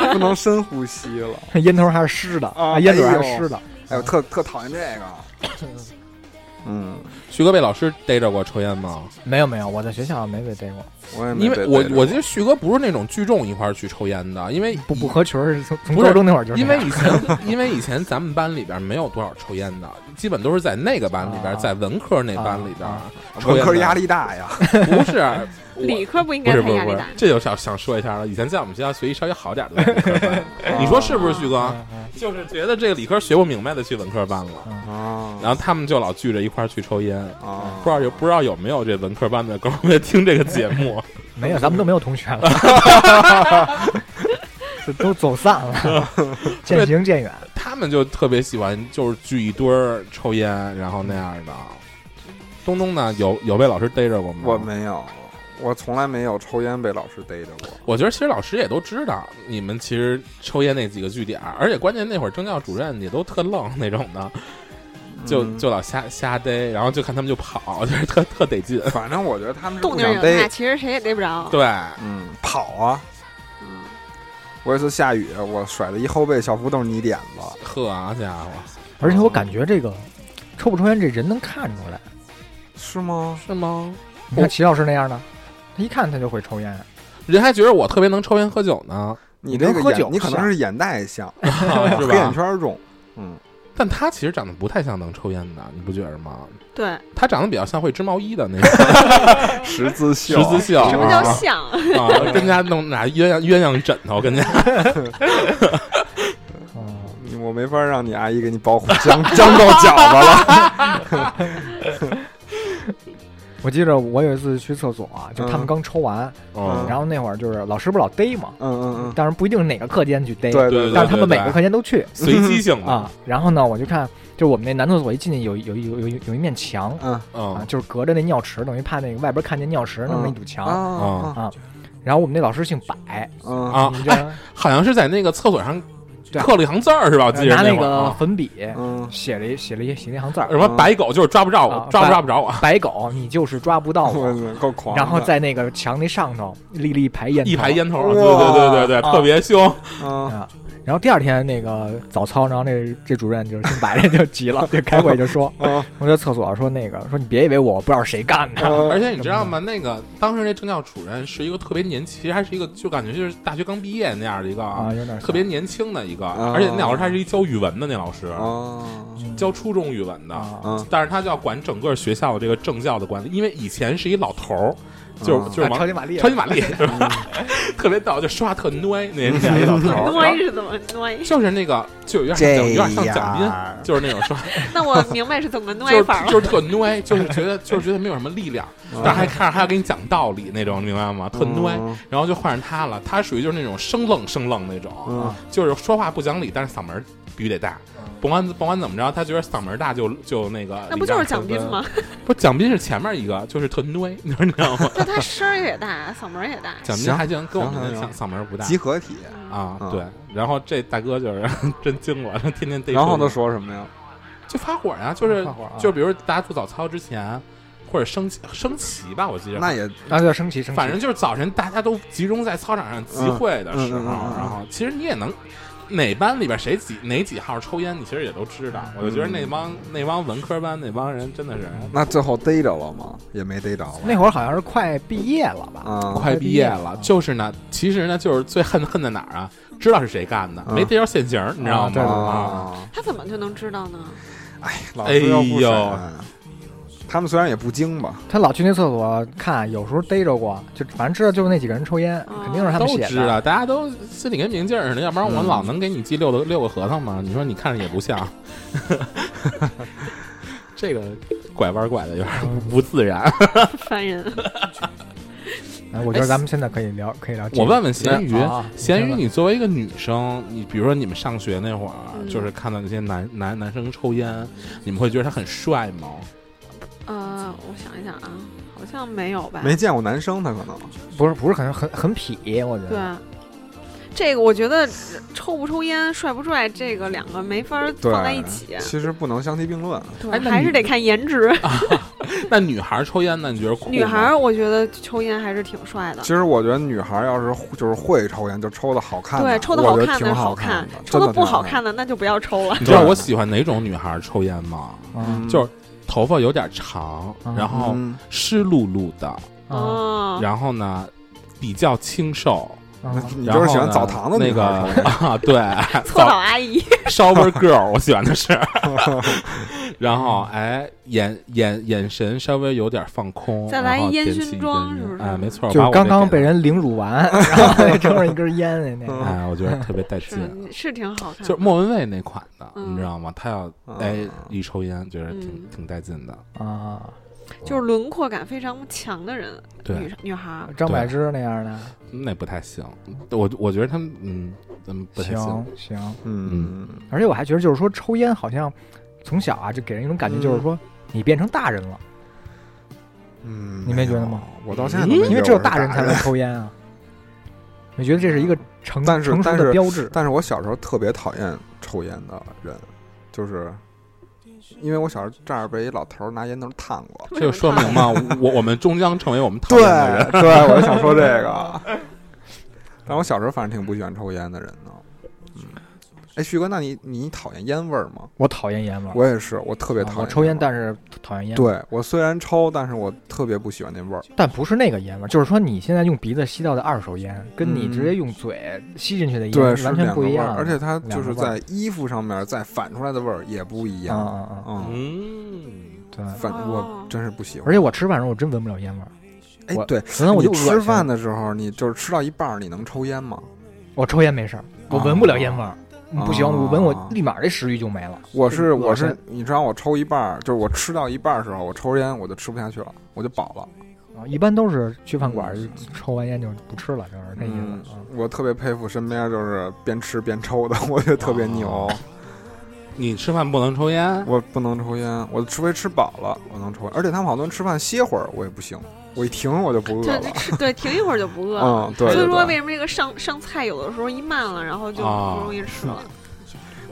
Speaker 5: 着，不能深呼吸了。
Speaker 3: 烟头还是湿的
Speaker 5: 啊
Speaker 3: 烟嘴还
Speaker 5: 哎
Speaker 3: 是
Speaker 5: 呦
Speaker 3: 湿的，
Speaker 5: 哎呦，特特讨厌这个。嗯，
Speaker 6: 徐哥被老师逮着过抽烟吗？
Speaker 3: 没有没有，我在学校没被逮过，
Speaker 5: 我也没
Speaker 6: 因为
Speaker 5: 被
Speaker 6: 我
Speaker 5: 逮着
Speaker 6: 我觉得旭哥不是那种聚众一块儿去抽烟的，因为
Speaker 3: 不
Speaker 5: 嗯
Speaker 3: 不合群儿是从从
Speaker 6: 不是
Speaker 3: 高中那会儿就是
Speaker 6: 因
Speaker 3: 那
Speaker 6: 为
Speaker 3: 样
Speaker 6: 以前因为以前咱们班里边没有多少抽烟的，基本都是在那个班里边，
Speaker 3: 啊
Speaker 6: 在文科那班里边、
Speaker 3: 啊
Speaker 6: 抽
Speaker 5: 文
Speaker 6: 烟
Speaker 5: 科
Speaker 6: 的
Speaker 5: 压力大呀。
Speaker 6: 不是啊
Speaker 1: 理
Speaker 6: 我。
Speaker 1: 科不应
Speaker 6: 不
Speaker 1: 该
Speaker 6: 是
Speaker 1: 太
Speaker 6: 不是
Speaker 1: 压
Speaker 6: 不
Speaker 1: 力
Speaker 6: 是
Speaker 1: 大，，
Speaker 6: 这就想想说一下了。以前在我们学校学习稍微好点的文科 班，你说是不是，旭哥？
Speaker 3: 嗯嗯
Speaker 6: 就是觉得这个理科学不明白的去文科班了，
Speaker 5: 啊
Speaker 6: 然后他们就老聚着一块儿去抽烟。
Speaker 5: 啊
Speaker 6: 不知道有不知道有没有这文科班的哥们儿 听这个节目？
Speaker 3: 没 有，咱们都没有同学了，这都走散了， 渐行渐远。
Speaker 6: 他们就特别喜欢就是聚一堆儿抽烟，然后那样的。东东呢，有有被老师逮着过吗？
Speaker 5: 我没有，我从来没有抽烟被老师逮着过。
Speaker 6: 我觉得其实老师也都知道你们其实抽烟那几个据点儿，而且关键那会儿政教主任也都特愣 那种的，就
Speaker 5: 嗯
Speaker 6: 就老瞎瞎逮，然后就看他们就跑， 就是特特得劲。
Speaker 5: 反正我觉得他们是
Speaker 1: 动
Speaker 5: 不
Speaker 1: 静儿
Speaker 5: 想
Speaker 1: 也大，
Speaker 5: 逮，
Speaker 1: 其实谁也逮不着。
Speaker 6: 对，
Speaker 5: 嗯，跑啊！
Speaker 1: 嗯，
Speaker 5: 我有一次下雨，我甩了一后背，校服都是泥点子。
Speaker 6: 呵啊家伙，
Speaker 3: 而且我感觉这个抽不抽烟这人能看出来。
Speaker 5: 是吗？
Speaker 6: 是吗？
Speaker 3: 你
Speaker 5: 哦
Speaker 3: 看齐老师那样的，他一看他就会抽烟。
Speaker 6: 人还觉得我特别能抽烟喝酒呢，
Speaker 5: 你那个
Speaker 3: 你跟喝
Speaker 5: 眼
Speaker 3: 酒，
Speaker 5: 你可能
Speaker 3: 像
Speaker 5: 是眼袋像，
Speaker 6: 是
Speaker 5: 黑眼
Speaker 6: 吧？
Speaker 5: 圈重。嗯，
Speaker 6: 但他其实长得不太像能抽烟的，你不觉得吗？
Speaker 1: 对，
Speaker 6: 他长得比较像会织毛衣的 那种，
Speaker 5: 十字绣，
Speaker 6: 十字绣
Speaker 1: 什么叫 像？
Speaker 6: 啊， 跟家弄拿鸳鸯鸳鸯枕头跟家，
Speaker 3: 嗯，
Speaker 5: 你我没法让你阿姨给你包浆浆到饺子了。
Speaker 3: 我记着我有一次去厕所啊，就他们
Speaker 5: 嗯
Speaker 3: 刚抽完，
Speaker 5: 嗯
Speaker 3: 然后那会儿就是老师不老逮嘛，
Speaker 5: 嗯嗯
Speaker 3: 当然不一定是哪个课间去逮，
Speaker 5: 嗯，对
Speaker 6: 对
Speaker 3: 但是
Speaker 5: 对，
Speaker 3: 他们每个课间都去
Speaker 6: 随机性的，
Speaker 3: 啊。然后呢，我就看，就我们那男厕所一进去有有有有有一面墙
Speaker 5: 嗯
Speaker 3: 啊
Speaker 6: 嗯，
Speaker 3: 就是隔着那尿池，等于怕那个外边看见尿池那么一堵墙。
Speaker 5: 啊
Speaker 3: 然后我们那老师姓柏，
Speaker 5: 嗯
Speaker 6: 啊
Speaker 3: 我们就
Speaker 6: 好像是在那个厕所上
Speaker 3: 对
Speaker 6: 刻了一行字儿是吧？我记得
Speaker 3: 拿
Speaker 6: 那
Speaker 3: 那
Speaker 6: 会儿
Speaker 3: 个
Speaker 6: 啊
Speaker 3: 粉笔
Speaker 5: 嗯
Speaker 3: 写了一写了一写了一行字
Speaker 6: 什
Speaker 3: 儿
Speaker 6: 么白狗就是抓不着我
Speaker 3: 啊，
Speaker 6: 抓不
Speaker 3: 白
Speaker 6: 抓不着我，：“
Speaker 3: 白狗，你就是抓不到我。”
Speaker 5: 嗯，够狂的。
Speaker 3: 然后在那个墙那上头立了一排烟，
Speaker 6: 一排。烟头，
Speaker 5: 哇
Speaker 6: 对对对对对，
Speaker 3: 啊
Speaker 6: 特别凶。
Speaker 5: 嗯
Speaker 3: 然后第二天那个早操，然后那这主任就是姓白 的就急了，就开会就 说
Speaker 6: 啊
Speaker 5: 嗯，：“
Speaker 3: 我在厕所说那个说你别以为我不知道谁干的，
Speaker 5: 嗯
Speaker 6: 而且你知道吗？那个当时那政教主任是一个特别年轻，其实还是一个就感觉就是大学刚毕业那样的一个
Speaker 3: 啊，有点
Speaker 6: 特别年轻的一个，
Speaker 5: 啊
Speaker 6: 而且那老师还是一教语文的那老师，
Speaker 5: 哦
Speaker 6: 教初中语文
Speaker 3: 嗯
Speaker 6: 的。
Speaker 3: 啊，
Speaker 5: 嗯
Speaker 6: 但是他就要管整个学校的这个政教的管理，因为以前是一老头儿，就是、
Speaker 5: 啊
Speaker 6: 就是
Speaker 3: 啊超
Speaker 6: 王
Speaker 3: 级玛丽，
Speaker 6: 超级玛丽，是吧？ 特别逗，就说话特歪， 那那样一老头儿，然
Speaker 1: 挪
Speaker 6: 后
Speaker 1: 是怎么挪？
Speaker 6: 就是那个就有点像蒋有点像蒋斌，就是那种说
Speaker 1: 那我明白是怎 么
Speaker 6: 就
Speaker 1: 挪
Speaker 6: 是
Speaker 1: 法了。
Speaker 6: 就是特歪，就是觉得就是觉得没有什么力量，但还看着还要给你讲道理那种，明白吗？特歪。然后就换成他了，他属于就是那种生愣生愣那种，
Speaker 5: 嗯
Speaker 6: 就是说话不讲理，但是嗓门儿必须得大。甭管甭管怎么着，他觉得嗓门儿大就就那个。
Speaker 1: 那不就是蒋斌吗？？
Speaker 6: 不，蒋斌是前面一个，就是特歪， 你知道吗？
Speaker 1: 就他声儿也大，嗓门儿也大。
Speaker 6: 蒋斌
Speaker 5: 行
Speaker 6: 还竟然跟我们
Speaker 5: 行
Speaker 6: 那
Speaker 5: 行
Speaker 6: 嗓嗓门儿不大
Speaker 5: 集合体。
Speaker 6: 啊，
Speaker 5: 嗯
Speaker 6: 对。然后这大哥就是 真惊我，他天天逮。
Speaker 5: 然后他说什嗯么呀？
Speaker 6: 就发火呀，就是
Speaker 3: 发火啊
Speaker 6: 就比如大家做早操之前，或者升旗升旗吧，我记得
Speaker 5: 那也
Speaker 3: 然后就升旗升旗，
Speaker 6: 反正就是早晨大家都集中在操场上集会的时候，
Speaker 5: 嗯嗯嗯嗯嗯
Speaker 6: 然后其实你也能。哪班里边谁几哪几号抽烟，你其实也都知
Speaker 5: 嗯
Speaker 6: 道。我就觉得那帮、那帮文科班那帮人真的是
Speaker 5: 那最后逮着了吗？也没逮着啊吧。
Speaker 3: 那会儿好像是快毕业了吧？
Speaker 5: 啊，
Speaker 6: 快毕业
Speaker 3: 快毕业
Speaker 6: 了，
Speaker 3: 了
Speaker 6: 就是呢，其实呢，就是最恨恨在哪儿啊？知道是谁干的，
Speaker 5: 嗯
Speaker 6: 没逮着现行，你知道吗？
Speaker 3: 对对对
Speaker 6: 啊，
Speaker 5: 啊，
Speaker 1: 他怎么就能知道 呢？
Speaker 5: 老师又不
Speaker 6: 哎呦
Speaker 5: 审嗯他们虽然也不精吧，
Speaker 3: 他老去那厕所看，有时候逮着过，就反正知道就是那几个人抽烟，
Speaker 1: 哦
Speaker 3: 肯定是他
Speaker 6: 都
Speaker 3: 们写
Speaker 6: 知
Speaker 3: 的。
Speaker 6: 道，大家都心里跟明镜似的，要不然我
Speaker 5: 嗯
Speaker 6: 老能给你寄六个六个核桃吗？你说你看着也不 像，这个拐弯拐的有点不自然。
Speaker 1: 烦人。
Speaker 3: 哎，我觉得咱们现在可以聊，可以聊这个。
Speaker 6: 我问问咸鱼，
Speaker 3: 啊啊
Speaker 6: 咸鱼，
Speaker 3: 你
Speaker 6: 你作为一个女生，你比如说你们上学那会儿，
Speaker 1: 嗯
Speaker 6: 就是看到那些男男男生抽烟，你们会觉得他很帅吗？
Speaker 1: 呃，我想一想啊，好像没有吧？
Speaker 5: 没见过男生，他可能
Speaker 3: 不是不是很很很痞，我觉
Speaker 1: 对
Speaker 3: 得。。
Speaker 1: 这个我觉得抽不抽烟、帅不帅，这个两个没法儿
Speaker 5: 对
Speaker 1: 放在一起，
Speaker 5: 其实不能相提并论。
Speaker 1: 对
Speaker 6: 哎那
Speaker 1: 还是
Speaker 6: 你
Speaker 1: 得看颜值。
Speaker 6: 那女孩抽烟呢？你觉得酷吗？
Speaker 1: 女孩儿，我觉得抽烟还是挺帅的
Speaker 5: 其。实我觉得女孩要是就是会抽烟，就抽的好看的，
Speaker 1: 对，抽的
Speaker 5: 我
Speaker 1: 好
Speaker 5: 觉得
Speaker 1: 看的
Speaker 5: 挺好
Speaker 1: 看
Speaker 5: 的，
Speaker 1: 抽
Speaker 5: 真
Speaker 1: 的
Speaker 5: 的
Speaker 1: 不好
Speaker 5: 看
Speaker 1: 看的那就不要抽了。
Speaker 6: 你知道我喜欢哪种女孩抽烟吗？
Speaker 3: 嗯
Speaker 6: 就是头发有点长，
Speaker 3: 嗯
Speaker 6: 然后湿漉漉的，
Speaker 3: 啊
Speaker 1: 哦，
Speaker 6: 然后呢比较清瘦。
Speaker 3: 啊
Speaker 5: 你
Speaker 6: 然后
Speaker 5: 就
Speaker 6: 呢
Speaker 5: 是喜欢澡堂子
Speaker 6: 那个啊，对，
Speaker 1: 搓澡阿姨
Speaker 6: shower girl，我喜欢的是。然后哎，眼眼眼神稍微有点放空，
Speaker 1: 再来
Speaker 6: 然后
Speaker 1: 烟
Speaker 6: 点
Speaker 1: 熏
Speaker 6: 起一
Speaker 1: 妆
Speaker 6: 根
Speaker 1: 是
Speaker 6: 烟
Speaker 1: 不是
Speaker 6: 哎，没错，
Speaker 3: 就
Speaker 6: 把
Speaker 3: 是
Speaker 6: 我
Speaker 3: 刚
Speaker 6: 这
Speaker 3: 刚
Speaker 6: 给
Speaker 3: 被人凌辱完，然后抽上一根烟的那
Speaker 5: 嗯
Speaker 3: 个。
Speaker 6: 哎，我觉得特别带劲。
Speaker 1: 是嗯是挺好看
Speaker 6: 就
Speaker 1: 的，
Speaker 6: 是莫文蔚那款的，
Speaker 1: 嗯
Speaker 6: 你知道吗？他要
Speaker 5: 嗯
Speaker 6: 哎一抽烟，觉得挺
Speaker 1: 嗯
Speaker 6: 挺带劲的。
Speaker 3: 啊，
Speaker 1: 就是轮廓感非常强的人，
Speaker 6: 对，
Speaker 1: 女女孩儿。
Speaker 3: 张柏芝那样的，
Speaker 6: 那不太行。我我觉得他们嗯嗯不太行
Speaker 3: 行。行。
Speaker 5: 嗯，
Speaker 3: 而且我还觉得，就是说抽烟好像从小啊，就给人一种感觉，
Speaker 5: 嗯
Speaker 3: 就是说你变成大人了，
Speaker 5: 嗯，
Speaker 3: 你没觉得
Speaker 5: 有
Speaker 3: 吗？
Speaker 5: 我到现在都没觉得
Speaker 3: 因为只有
Speaker 5: 我是大
Speaker 3: 大人才会抽烟啊。我觉得这是一个成
Speaker 5: 但是
Speaker 3: 成熟
Speaker 5: 但
Speaker 3: 的
Speaker 5: 是
Speaker 3: 标志。
Speaker 5: 但是我小时候特别讨厌抽烟的人，就是因为我小时候这儿被一老头儿拿烟头烫过。
Speaker 6: 这就说明嘛，我我们终将成为我们讨
Speaker 5: 对
Speaker 6: 厌的人。
Speaker 5: 对，我就想说这个。 但我小时候反正挺不喜欢抽烟的人的。嗯，哎，旭哥，那你你讨厌烟味儿吗？
Speaker 3: 我讨厌烟味儿，
Speaker 5: 我也是，我特别
Speaker 3: 啊
Speaker 5: 讨厌。
Speaker 3: 我抽烟，但是讨厌烟味儿。
Speaker 5: 对我虽然抽，但是我特别不喜欢那味儿。
Speaker 3: 但不是那个烟味儿，就是说你现在用鼻子吸到的二手烟，跟你直接用嘴吸进去的烟、
Speaker 5: 嗯对，是
Speaker 3: 完
Speaker 5: 两
Speaker 3: 全
Speaker 5: 个
Speaker 3: 不一
Speaker 5: 味儿
Speaker 3: 样。啊
Speaker 5: 而且它
Speaker 3: 两
Speaker 5: 就
Speaker 3: 个
Speaker 5: 是
Speaker 3: 味儿
Speaker 5: 在衣服上面再反出来的味儿也不一
Speaker 3: 啊
Speaker 5: 样。
Speaker 3: 啊啊，
Speaker 5: 嗯，
Speaker 6: 嗯，
Speaker 3: 对。
Speaker 5: 反我
Speaker 1: 哦
Speaker 5: 真是不喜
Speaker 3: 而
Speaker 5: 欢。
Speaker 3: 且我吃饭的时候我真闻不了烟味儿，
Speaker 5: 哎
Speaker 3: 我，
Speaker 5: 对，
Speaker 3: 可能我就
Speaker 5: 你
Speaker 3: 恶
Speaker 5: 吃
Speaker 3: 心
Speaker 5: 饭，的时候，你就是吃到一半儿，你能抽烟吗？
Speaker 3: 我抽烟没 事儿，我闻不了烟味儿。
Speaker 5: 啊
Speaker 3: 不行，我闻我立马这食欲就没了。
Speaker 5: 我是
Speaker 3: 嗯恶
Speaker 5: 我
Speaker 3: 心
Speaker 5: 是，你知道我抽一半儿，就是我吃到一半儿的时候，我抽烟我就吃不下去了，我就饱了。
Speaker 3: 啊一般都是去饭馆儿抽完烟就不吃了，就是那意
Speaker 5: 嗯
Speaker 3: 思。啊，
Speaker 5: 我特别佩服身边就是边吃边抽的，我觉得特别
Speaker 3: 哦
Speaker 5: 牛。
Speaker 6: 你吃饭不能抽烟，
Speaker 5: 我不能抽烟，我除非吃饱了我能抽烟，而且他们好多人吃饭歇会儿我也不行，我一停我就不饿
Speaker 1: 就
Speaker 5: 了。
Speaker 1: 吃对停一会儿就不饿了。
Speaker 5: 嗯，对
Speaker 1: 所以
Speaker 5: 对
Speaker 1: 说，为
Speaker 5: 对。
Speaker 1: 什么这个上上菜有的时候一慢了，然后就
Speaker 6: 啊
Speaker 1: 不容易吃了？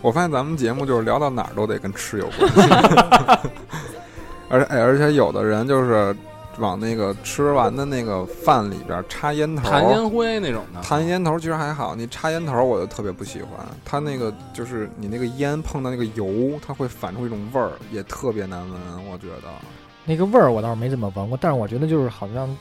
Speaker 5: 我发现咱们节目就是聊到哪儿都得跟吃有关系， 而且、哎、而且有的人就是往那个吃完的那个饭里边儿插烟头，
Speaker 6: 弹烟灰那种的，
Speaker 5: 弹烟头其实还好，你插烟头我就特别不喜欢，它那个就是你那个烟碰到那个油，它会反出一种味儿，也特别难闻，我觉得。
Speaker 3: 那个味儿我倒是没怎么闻过，但是我觉得就是好像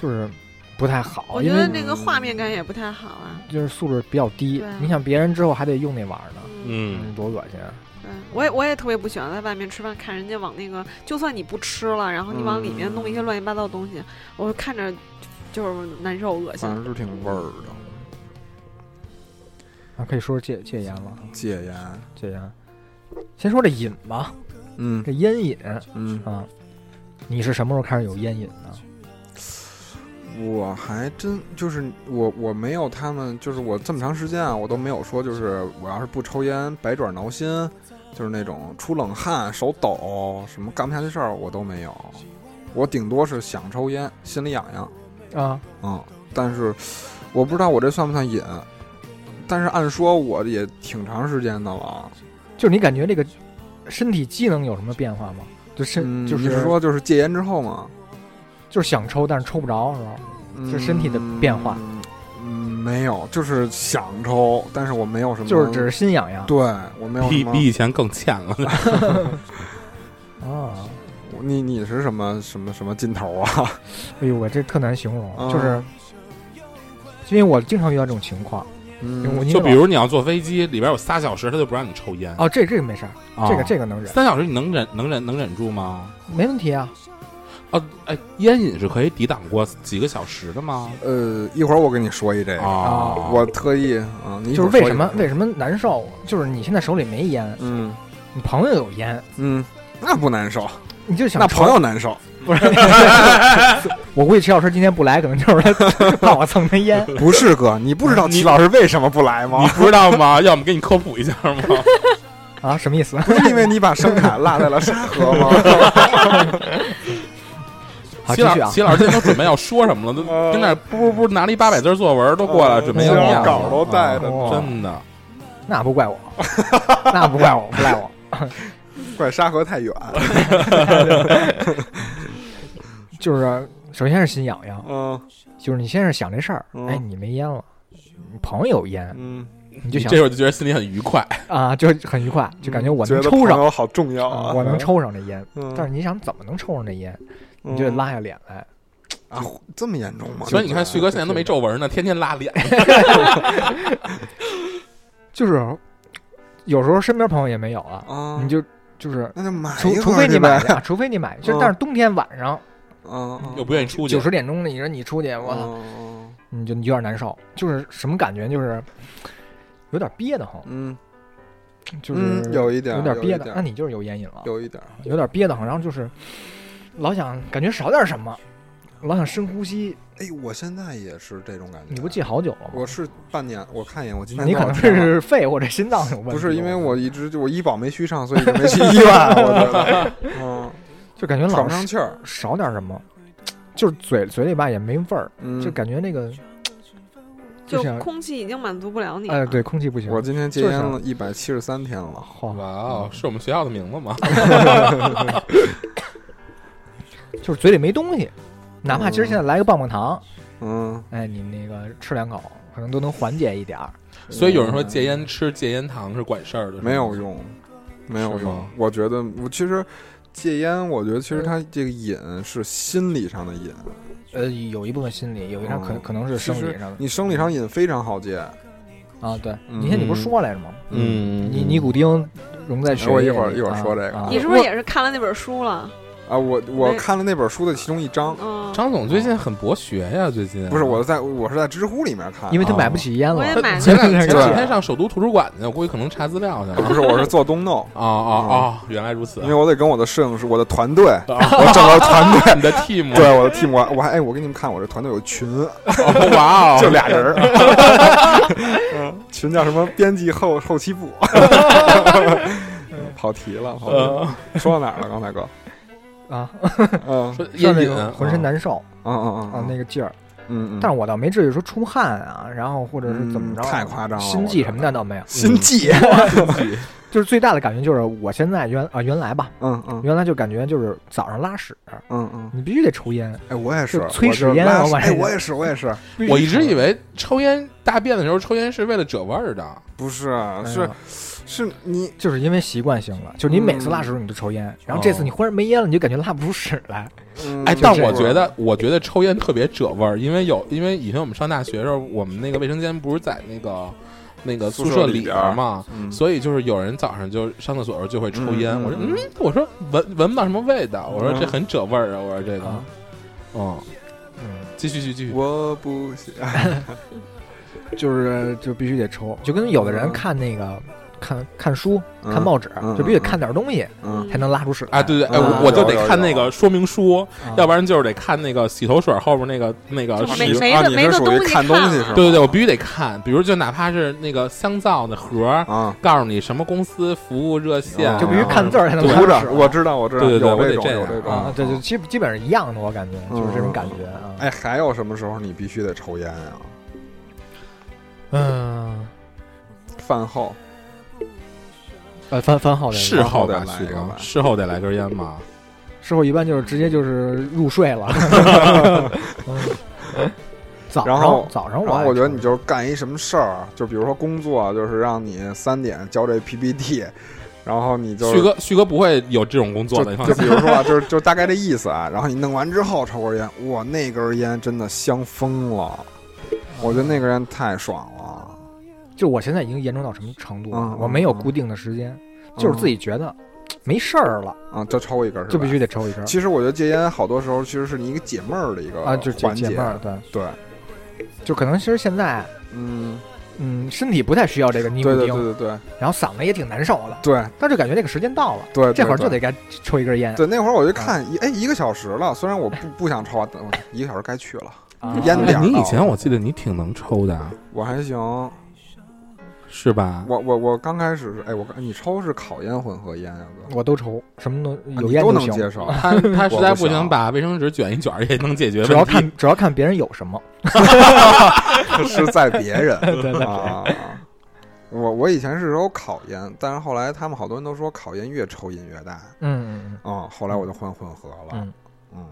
Speaker 3: 就是不太好，
Speaker 1: 我
Speaker 3: 哦因
Speaker 1: 觉
Speaker 3: 为
Speaker 1: 得那个画面感也不太好啊。
Speaker 3: 就是素质比较低
Speaker 1: 对。
Speaker 3: 你想别人之后还得用那玩意儿呢，
Speaker 1: 嗯，
Speaker 6: 嗯，
Speaker 3: 多恶心啊！
Speaker 1: 对，我也我也特别不喜欢在外面吃饭，看人家往那个，就算你不吃了，然后你往里面弄一些乱七八糟的东西，我看着就是难受恶心
Speaker 5: 反。正是挺味儿的。
Speaker 3: 啊，可以说说戒戒烟了，
Speaker 5: 戒烟，
Speaker 3: 戒烟。先说这瘾吧，
Speaker 5: 嗯
Speaker 3: 这烟瘾
Speaker 5: 嗯，
Speaker 3: 啊，你是什么时候开始有烟瘾的？
Speaker 5: 我还真就是我我没有他们，就是我这么长时间啊，我都没有说就是我要是不抽烟百爪挠心，就是那种出冷汗、手抖什么干不下去事儿，我都没有。我顶多是想抽烟，心里痒痒。
Speaker 3: 啊，
Speaker 5: 嗯，但是我不知道我这算不算瘾，但是按说我也挺长时间的了。
Speaker 3: 就是你感觉这个身体机能有什么变化吗？就身
Speaker 5: 嗯，
Speaker 3: 就
Speaker 5: 你
Speaker 3: 是
Speaker 5: 是说就是戒烟之后吗？
Speaker 3: 就是想抽但是抽不着是吧？就身体的变化
Speaker 5: 嗯。嗯，没有，就是想抽，但是我没有什么，
Speaker 3: 就是只是心痒痒
Speaker 5: 对我没有什
Speaker 6: 比
Speaker 5: 么
Speaker 6: 比。以前更欠了。
Speaker 3: 啊。
Speaker 5: 你你是什么什么什么劲头 啊？
Speaker 3: 哎呦喂，这特难形容，啊
Speaker 5: 嗯
Speaker 3: 就是因为我经常遇到这种情况，因为我因
Speaker 5: 嗯，
Speaker 3: 为
Speaker 6: 就比
Speaker 3: 我
Speaker 6: 如你要坐飞机，里边有仨小时，他就不让你抽烟。
Speaker 3: 哦，这这个没事儿，这个这
Speaker 6: 个
Speaker 3: 个能忍，
Speaker 6: 三小时你能忍能忍能忍住吗？
Speaker 3: 没问题啊。
Speaker 6: 哦，哎，烟瘾是可以抵挡过几个小时的吗？
Speaker 5: 呃，一会儿我跟你说一这个，
Speaker 6: 啊，
Speaker 5: 我特意啊，你一
Speaker 3: 就
Speaker 5: 会
Speaker 3: 是为
Speaker 5: 儿说一
Speaker 3: 什么
Speaker 5: 个
Speaker 3: 为什么难受？就是你现在手里没烟，
Speaker 5: 嗯
Speaker 3: 你朋友有烟，
Speaker 5: 嗯，那不难受，
Speaker 3: 你就想
Speaker 5: 那
Speaker 3: 抽
Speaker 5: 朋友难受，
Speaker 3: 不是，我估计齐老师今天不来，可能就是 他怕我蹭他烟。
Speaker 5: 不是哥，你不 知道
Speaker 6: 你
Speaker 5: 齐老师为什么不来吗
Speaker 6: 你？不知道吗？要么给你科普一下吗？
Speaker 3: 啊，什么意思？
Speaker 5: 不是因为你把生产落在了沙 河吗？
Speaker 3: 好，
Speaker 6: 齐
Speaker 3: 继续
Speaker 6: 老
Speaker 3: 啊
Speaker 6: 齐老师今天都准备要说什么了，都
Speaker 5: 呃
Speaker 6: 跟那儿不不拿了一八百字作文都过来，准备要念
Speaker 5: 连
Speaker 6: 了
Speaker 5: 稿都带着
Speaker 3: 哦
Speaker 5: 呢，
Speaker 6: 真的，
Speaker 3: 那不 怪我，那不怪我，不赖我。
Speaker 5: 怪沙河太远。
Speaker 3: 就是首先是心痒痒，
Speaker 5: 嗯
Speaker 3: 就是你先是想这事儿，
Speaker 5: 嗯
Speaker 3: 哎，你没烟了，你朋友有烟，
Speaker 5: 嗯，
Speaker 3: 你就
Speaker 6: 你
Speaker 3: 想
Speaker 6: 这时候就觉得心里很愉快。
Speaker 3: 啊，就很愉快， 就感觉我能
Speaker 5: 嗯觉得
Speaker 3: 抽
Speaker 5: 朋
Speaker 3: 上，
Speaker 5: 友好重要
Speaker 3: 啊
Speaker 5: 啊！
Speaker 3: 我能抽上这烟。
Speaker 5: 嗯，
Speaker 3: 但是你想怎么能抽上这烟？
Speaker 5: 嗯
Speaker 3: 你就得拉下脸来。
Speaker 5: 啊，这么严重吗？
Speaker 6: 所以你看，旭哥现在都没皱纹呢，天天拉脸。
Speaker 3: 就是有时候身边朋友也没有啊，
Speaker 5: 啊，
Speaker 3: 你就就是
Speaker 5: 那就买
Speaker 3: 除
Speaker 5: 一
Speaker 3: 除
Speaker 5: 块
Speaker 3: 非
Speaker 5: 儿
Speaker 3: 你
Speaker 5: 去
Speaker 3: 买
Speaker 5: 呗。
Speaker 3: 去啊，除非你买，就是
Speaker 5: 嗯
Speaker 3: 但是冬天晚上
Speaker 5: 嗯，嗯
Speaker 6: 又不愿意出去
Speaker 3: 九，十点钟了，你说你出去，我操，
Speaker 5: 嗯
Speaker 3: 你就你有点难受，就是什么感觉？就是有点憋得慌，
Speaker 5: 嗯，
Speaker 3: 就是、
Speaker 5: 嗯有一点
Speaker 3: 有
Speaker 5: 儿
Speaker 3: 点
Speaker 5: 有一
Speaker 3: 憋
Speaker 5: 点
Speaker 3: 的，
Speaker 5: 儿
Speaker 3: 那你就是有烟瘾了，
Speaker 5: 有一点儿，
Speaker 3: 有点憋得慌，然后就是老想感觉少点什么，老想深呼吸。
Speaker 5: 哎，我现在也是这种感觉。
Speaker 3: 你不戒？好久了吗？
Speaker 5: 我是半年，我看一眼，我今天
Speaker 3: 你可能
Speaker 5: 多少天了
Speaker 3: 是肺或者心脏有问题。
Speaker 5: 不是因为我一直就我医保没 续上，所以就没去医院。我觉得，嗯，
Speaker 3: 就感觉
Speaker 5: 喘
Speaker 3: 老
Speaker 5: 不上
Speaker 3: 是
Speaker 5: 气儿。
Speaker 3: 少点什么，就是嘴嘴里吧也没味儿，
Speaker 5: 嗯，
Speaker 3: 就感觉那个
Speaker 1: 就
Speaker 3: 想
Speaker 1: 空气已经满足不了你了。
Speaker 3: 哎，对，空气不行。
Speaker 5: 我今天戒
Speaker 3: 就
Speaker 5: 烟
Speaker 3: 想
Speaker 5: 了一百七十三天了，
Speaker 3: 好，
Speaker 6: 哇哦，是我们学校的名字吗？
Speaker 3: 就是嘴里没东西，哪怕今儿现在来个棒棒糖，
Speaker 5: 嗯，
Speaker 3: 哎，你那个吃两口，可能都能缓解一点儿。
Speaker 6: 所以有人说戒烟吃戒烟糖是管事儿的，是吗
Speaker 5: 没有。用，没有
Speaker 6: 是
Speaker 5: 用
Speaker 6: 吗。
Speaker 5: 我觉得，我其实戒烟，我觉得其实它这个瘾是心理上的瘾。
Speaker 3: 呃，有一部分心理，有一部分可
Speaker 5: 嗯
Speaker 3: 可能是生
Speaker 5: 其
Speaker 3: 理
Speaker 5: 实
Speaker 3: 上的
Speaker 5: 你生理上瘾非常好戒，
Speaker 3: 啊。对，
Speaker 5: 嗯
Speaker 3: 你看你不是说来着吗？
Speaker 6: 嗯，
Speaker 3: 尼尼古丁溶在血液里。
Speaker 5: 哎我一会儿一会儿说这个
Speaker 3: 啊
Speaker 1: 你是不是也是看了那本书了？
Speaker 5: 啊！我我
Speaker 1: 没
Speaker 5: 看了那本书的其中一章，
Speaker 1: 嗯，
Speaker 6: 张总最近很博学呀，最近
Speaker 5: 不是我在我是在知乎里面看的，
Speaker 3: 因为他买不起烟了。
Speaker 1: 我也买了
Speaker 6: 前两前
Speaker 5: 对
Speaker 6: 两天上首都图书馆去，我估计可能查资料去了。
Speaker 5: 不是我是做东弄，
Speaker 6: 哦哦哦，原来如此
Speaker 5: 因。为我得跟我的摄影师、我的团队，
Speaker 6: 哦
Speaker 5: 我整个团队。
Speaker 6: 你的 team，啊
Speaker 5: 对我的 team，我我还哎，我给你们看，我这团队有群，
Speaker 6: 哦哇哦，
Speaker 5: 就俩人儿，嗯群叫什么编辑后后期部，跑题了，跑题了
Speaker 6: 呃
Speaker 5: 说到哪儿了？刚才哥，
Speaker 3: 啊，
Speaker 5: 嗯
Speaker 6: 说
Speaker 3: 像
Speaker 6: 烟
Speaker 3: 那
Speaker 6: 瘾啊
Speaker 3: 个浑身难受
Speaker 5: 嗯嗯
Speaker 3: 啊，那个劲儿。
Speaker 5: 嗯嗯，
Speaker 3: 但是我倒没至于说出汗啊，然后或者是怎么着，
Speaker 5: 嗯太夸张了
Speaker 3: 心悸什么的倒没有。
Speaker 5: 心悸，
Speaker 3: 就是最大的感觉就是我现在原啊原来吧，
Speaker 5: 嗯嗯
Speaker 3: 原来就感觉就是早上拉屎，
Speaker 5: 嗯嗯，
Speaker 3: 你必须得抽烟，
Speaker 5: 哎，我也是
Speaker 3: 就，催
Speaker 5: 我
Speaker 3: 屎
Speaker 5: 就
Speaker 3: 烟
Speaker 5: 拉
Speaker 3: 啊
Speaker 5: 屎
Speaker 3: 我
Speaker 5: 哎，
Speaker 3: 也
Speaker 5: 我也是，我也是，
Speaker 6: 我一直以为抽烟大便的时候抽烟是为了遮味儿的，
Speaker 5: 不是啊是
Speaker 3: 嗯
Speaker 5: 是你
Speaker 3: 就是因为习惯性了，就是你每次
Speaker 5: 嗯
Speaker 3: 拉屎你都抽烟，然后这次你忽然没烟了，你就感觉拉不出屎来。
Speaker 5: 嗯
Speaker 6: 哎，
Speaker 5: 就
Speaker 6: 但
Speaker 5: 是
Speaker 6: 我觉得，我觉得抽烟特别褶味儿，因为有，因为以前我们上大学的时候，我们那个卫生间不是在那个那个
Speaker 5: 宿
Speaker 6: 宿
Speaker 5: 舍
Speaker 6: 舍
Speaker 5: 里
Speaker 6: 里
Speaker 5: 边
Speaker 6: 边
Speaker 5: 儿
Speaker 6: 儿嘛，
Speaker 5: 嗯
Speaker 6: 所以就是有人早上就上厕所的时候就会抽烟。
Speaker 5: 嗯
Speaker 6: 我说，
Speaker 5: 嗯
Speaker 6: 嗯，我说闻闻不到什么味道，我说
Speaker 5: 嗯哦
Speaker 6: 这很褶味儿啊，我说这个，
Speaker 3: 啊
Speaker 6: 嗯，
Speaker 3: 嗯，
Speaker 6: 继续继续继续，
Speaker 5: 我不行，
Speaker 3: 就是就必须得抽，就跟有的人看那个看看书、
Speaker 5: 嗯
Speaker 3: 看报纸，
Speaker 5: 嗯
Speaker 3: 就必须得看点东西
Speaker 5: 嗯
Speaker 3: 才能拉出屎来
Speaker 6: 啊，对对，哎，
Speaker 5: 嗯
Speaker 6: 我我就得
Speaker 5: 有有
Speaker 6: 看
Speaker 5: 有
Speaker 6: 那个说明书，
Speaker 3: 啊
Speaker 6: 要不然就是得看那个洗头水后边那个那个
Speaker 1: 就
Speaker 6: 使
Speaker 1: 没
Speaker 6: 用
Speaker 1: 没
Speaker 5: 啊
Speaker 1: 个
Speaker 5: 你
Speaker 1: 没
Speaker 5: 是
Speaker 1: 个
Speaker 5: 属于
Speaker 1: 东西
Speaker 5: 看东西
Speaker 1: 了
Speaker 5: 是吗
Speaker 6: 对对对，我必须得看，比如就哪怕是那个香皂的盒儿，
Speaker 5: 啊，哦
Speaker 6: 告诉你什么公司服务热线，
Speaker 3: 就必须看字儿才能拉
Speaker 5: 读
Speaker 3: 出
Speaker 5: 着，
Speaker 3: 屎
Speaker 5: 我知道我知道，
Speaker 6: 啊对对对
Speaker 5: 有
Speaker 6: 我得
Speaker 5: 种
Speaker 6: 这样
Speaker 5: 有这
Speaker 3: 来。
Speaker 5: 种
Speaker 3: 啊，对对，基基本是一样的，我感觉就是这种感觉啊。
Speaker 5: 哎，还有什么时候你必须得抽烟啊呀？
Speaker 3: 嗯，
Speaker 5: 饭后，
Speaker 3: 呃，番番号的
Speaker 6: 事后
Speaker 5: 得
Speaker 6: 吧，
Speaker 5: 来
Speaker 6: 旭
Speaker 5: 一个吧
Speaker 6: 哥，事后得来根烟吧。
Speaker 3: 事后一般就是直接就是入睡了。嗯早
Speaker 5: 然后
Speaker 3: 上早上
Speaker 5: 然后
Speaker 3: 爱
Speaker 5: 我觉得
Speaker 3: 抽
Speaker 5: 你就是干一什么事儿，啊就比如说工作，啊就是让你三点交这 PPT，然后你就
Speaker 6: 旭哥，旭哥不会有这种工作的，你
Speaker 5: 就
Speaker 6: 放
Speaker 5: 就
Speaker 6: 心。
Speaker 5: 比如说啊，就是就大概这意思啊。然后你弄完之后抽根烟，哇，那根烟真的香疯了，我觉得那根烟太爽了。
Speaker 3: 就我现在已经严重到什么程度了
Speaker 5: 嗯？
Speaker 3: 我没有固定的时间，就是自己觉得没事儿了，
Speaker 5: 啊，就抽一根是吧
Speaker 3: 就必须。得抽一根儿
Speaker 5: 其实我觉得戒烟好多时候其实是你一个解闷儿的一个
Speaker 3: 啊，就解
Speaker 5: 缓
Speaker 3: 解闷儿。对，
Speaker 5: 对，
Speaker 3: 就可能其实现在
Speaker 5: 嗯，
Speaker 3: 嗯身体不太需要这个尼
Speaker 5: 对
Speaker 3: 古
Speaker 5: 对对
Speaker 3: 丁，
Speaker 5: 对对
Speaker 3: 然后嗓子也挺难受的，
Speaker 5: 对
Speaker 3: 但就感觉这个时间到了，
Speaker 5: 对，
Speaker 3: 这会儿就
Speaker 5: 对。
Speaker 3: 得啊该抽一根烟。
Speaker 5: 对，那会儿我就看一哎一个小时了，虽然我不不想抽啊，等一个小时该去了，
Speaker 3: 啊
Speaker 5: 烟点儿
Speaker 6: 你
Speaker 5: 到
Speaker 6: 哎以
Speaker 5: 了
Speaker 6: 前我记得你挺能抽的，啊
Speaker 5: 我还行，
Speaker 6: 是吧？
Speaker 5: 我我我刚开始是，哎，我刚你抽是烤烟混合烟啊哥，
Speaker 3: 我都抽，什么都
Speaker 5: 啊
Speaker 3: 有
Speaker 5: 你
Speaker 3: 烟
Speaker 5: 都
Speaker 3: 就
Speaker 5: 能接
Speaker 3: 行，
Speaker 5: 受，
Speaker 6: 他他实在不
Speaker 5: 我不
Speaker 6: 行，
Speaker 5: 想
Speaker 6: 把卫生纸卷一卷儿也能解决
Speaker 3: 只要
Speaker 6: 问题。
Speaker 3: 看只要看别人有什 么。
Speaker 5: 是在别人
Speaker 3: 对对嗯
Speaker 5: 啊。我我以前是抽烤烟，但是后来他们好多人都说烤烟越抽瘾越大
Speaker 3: 嗯，嗯
Speaker 5: 啊、后来我就换混合了，
Speaker 3: 嗯
Speaker 5: 嗯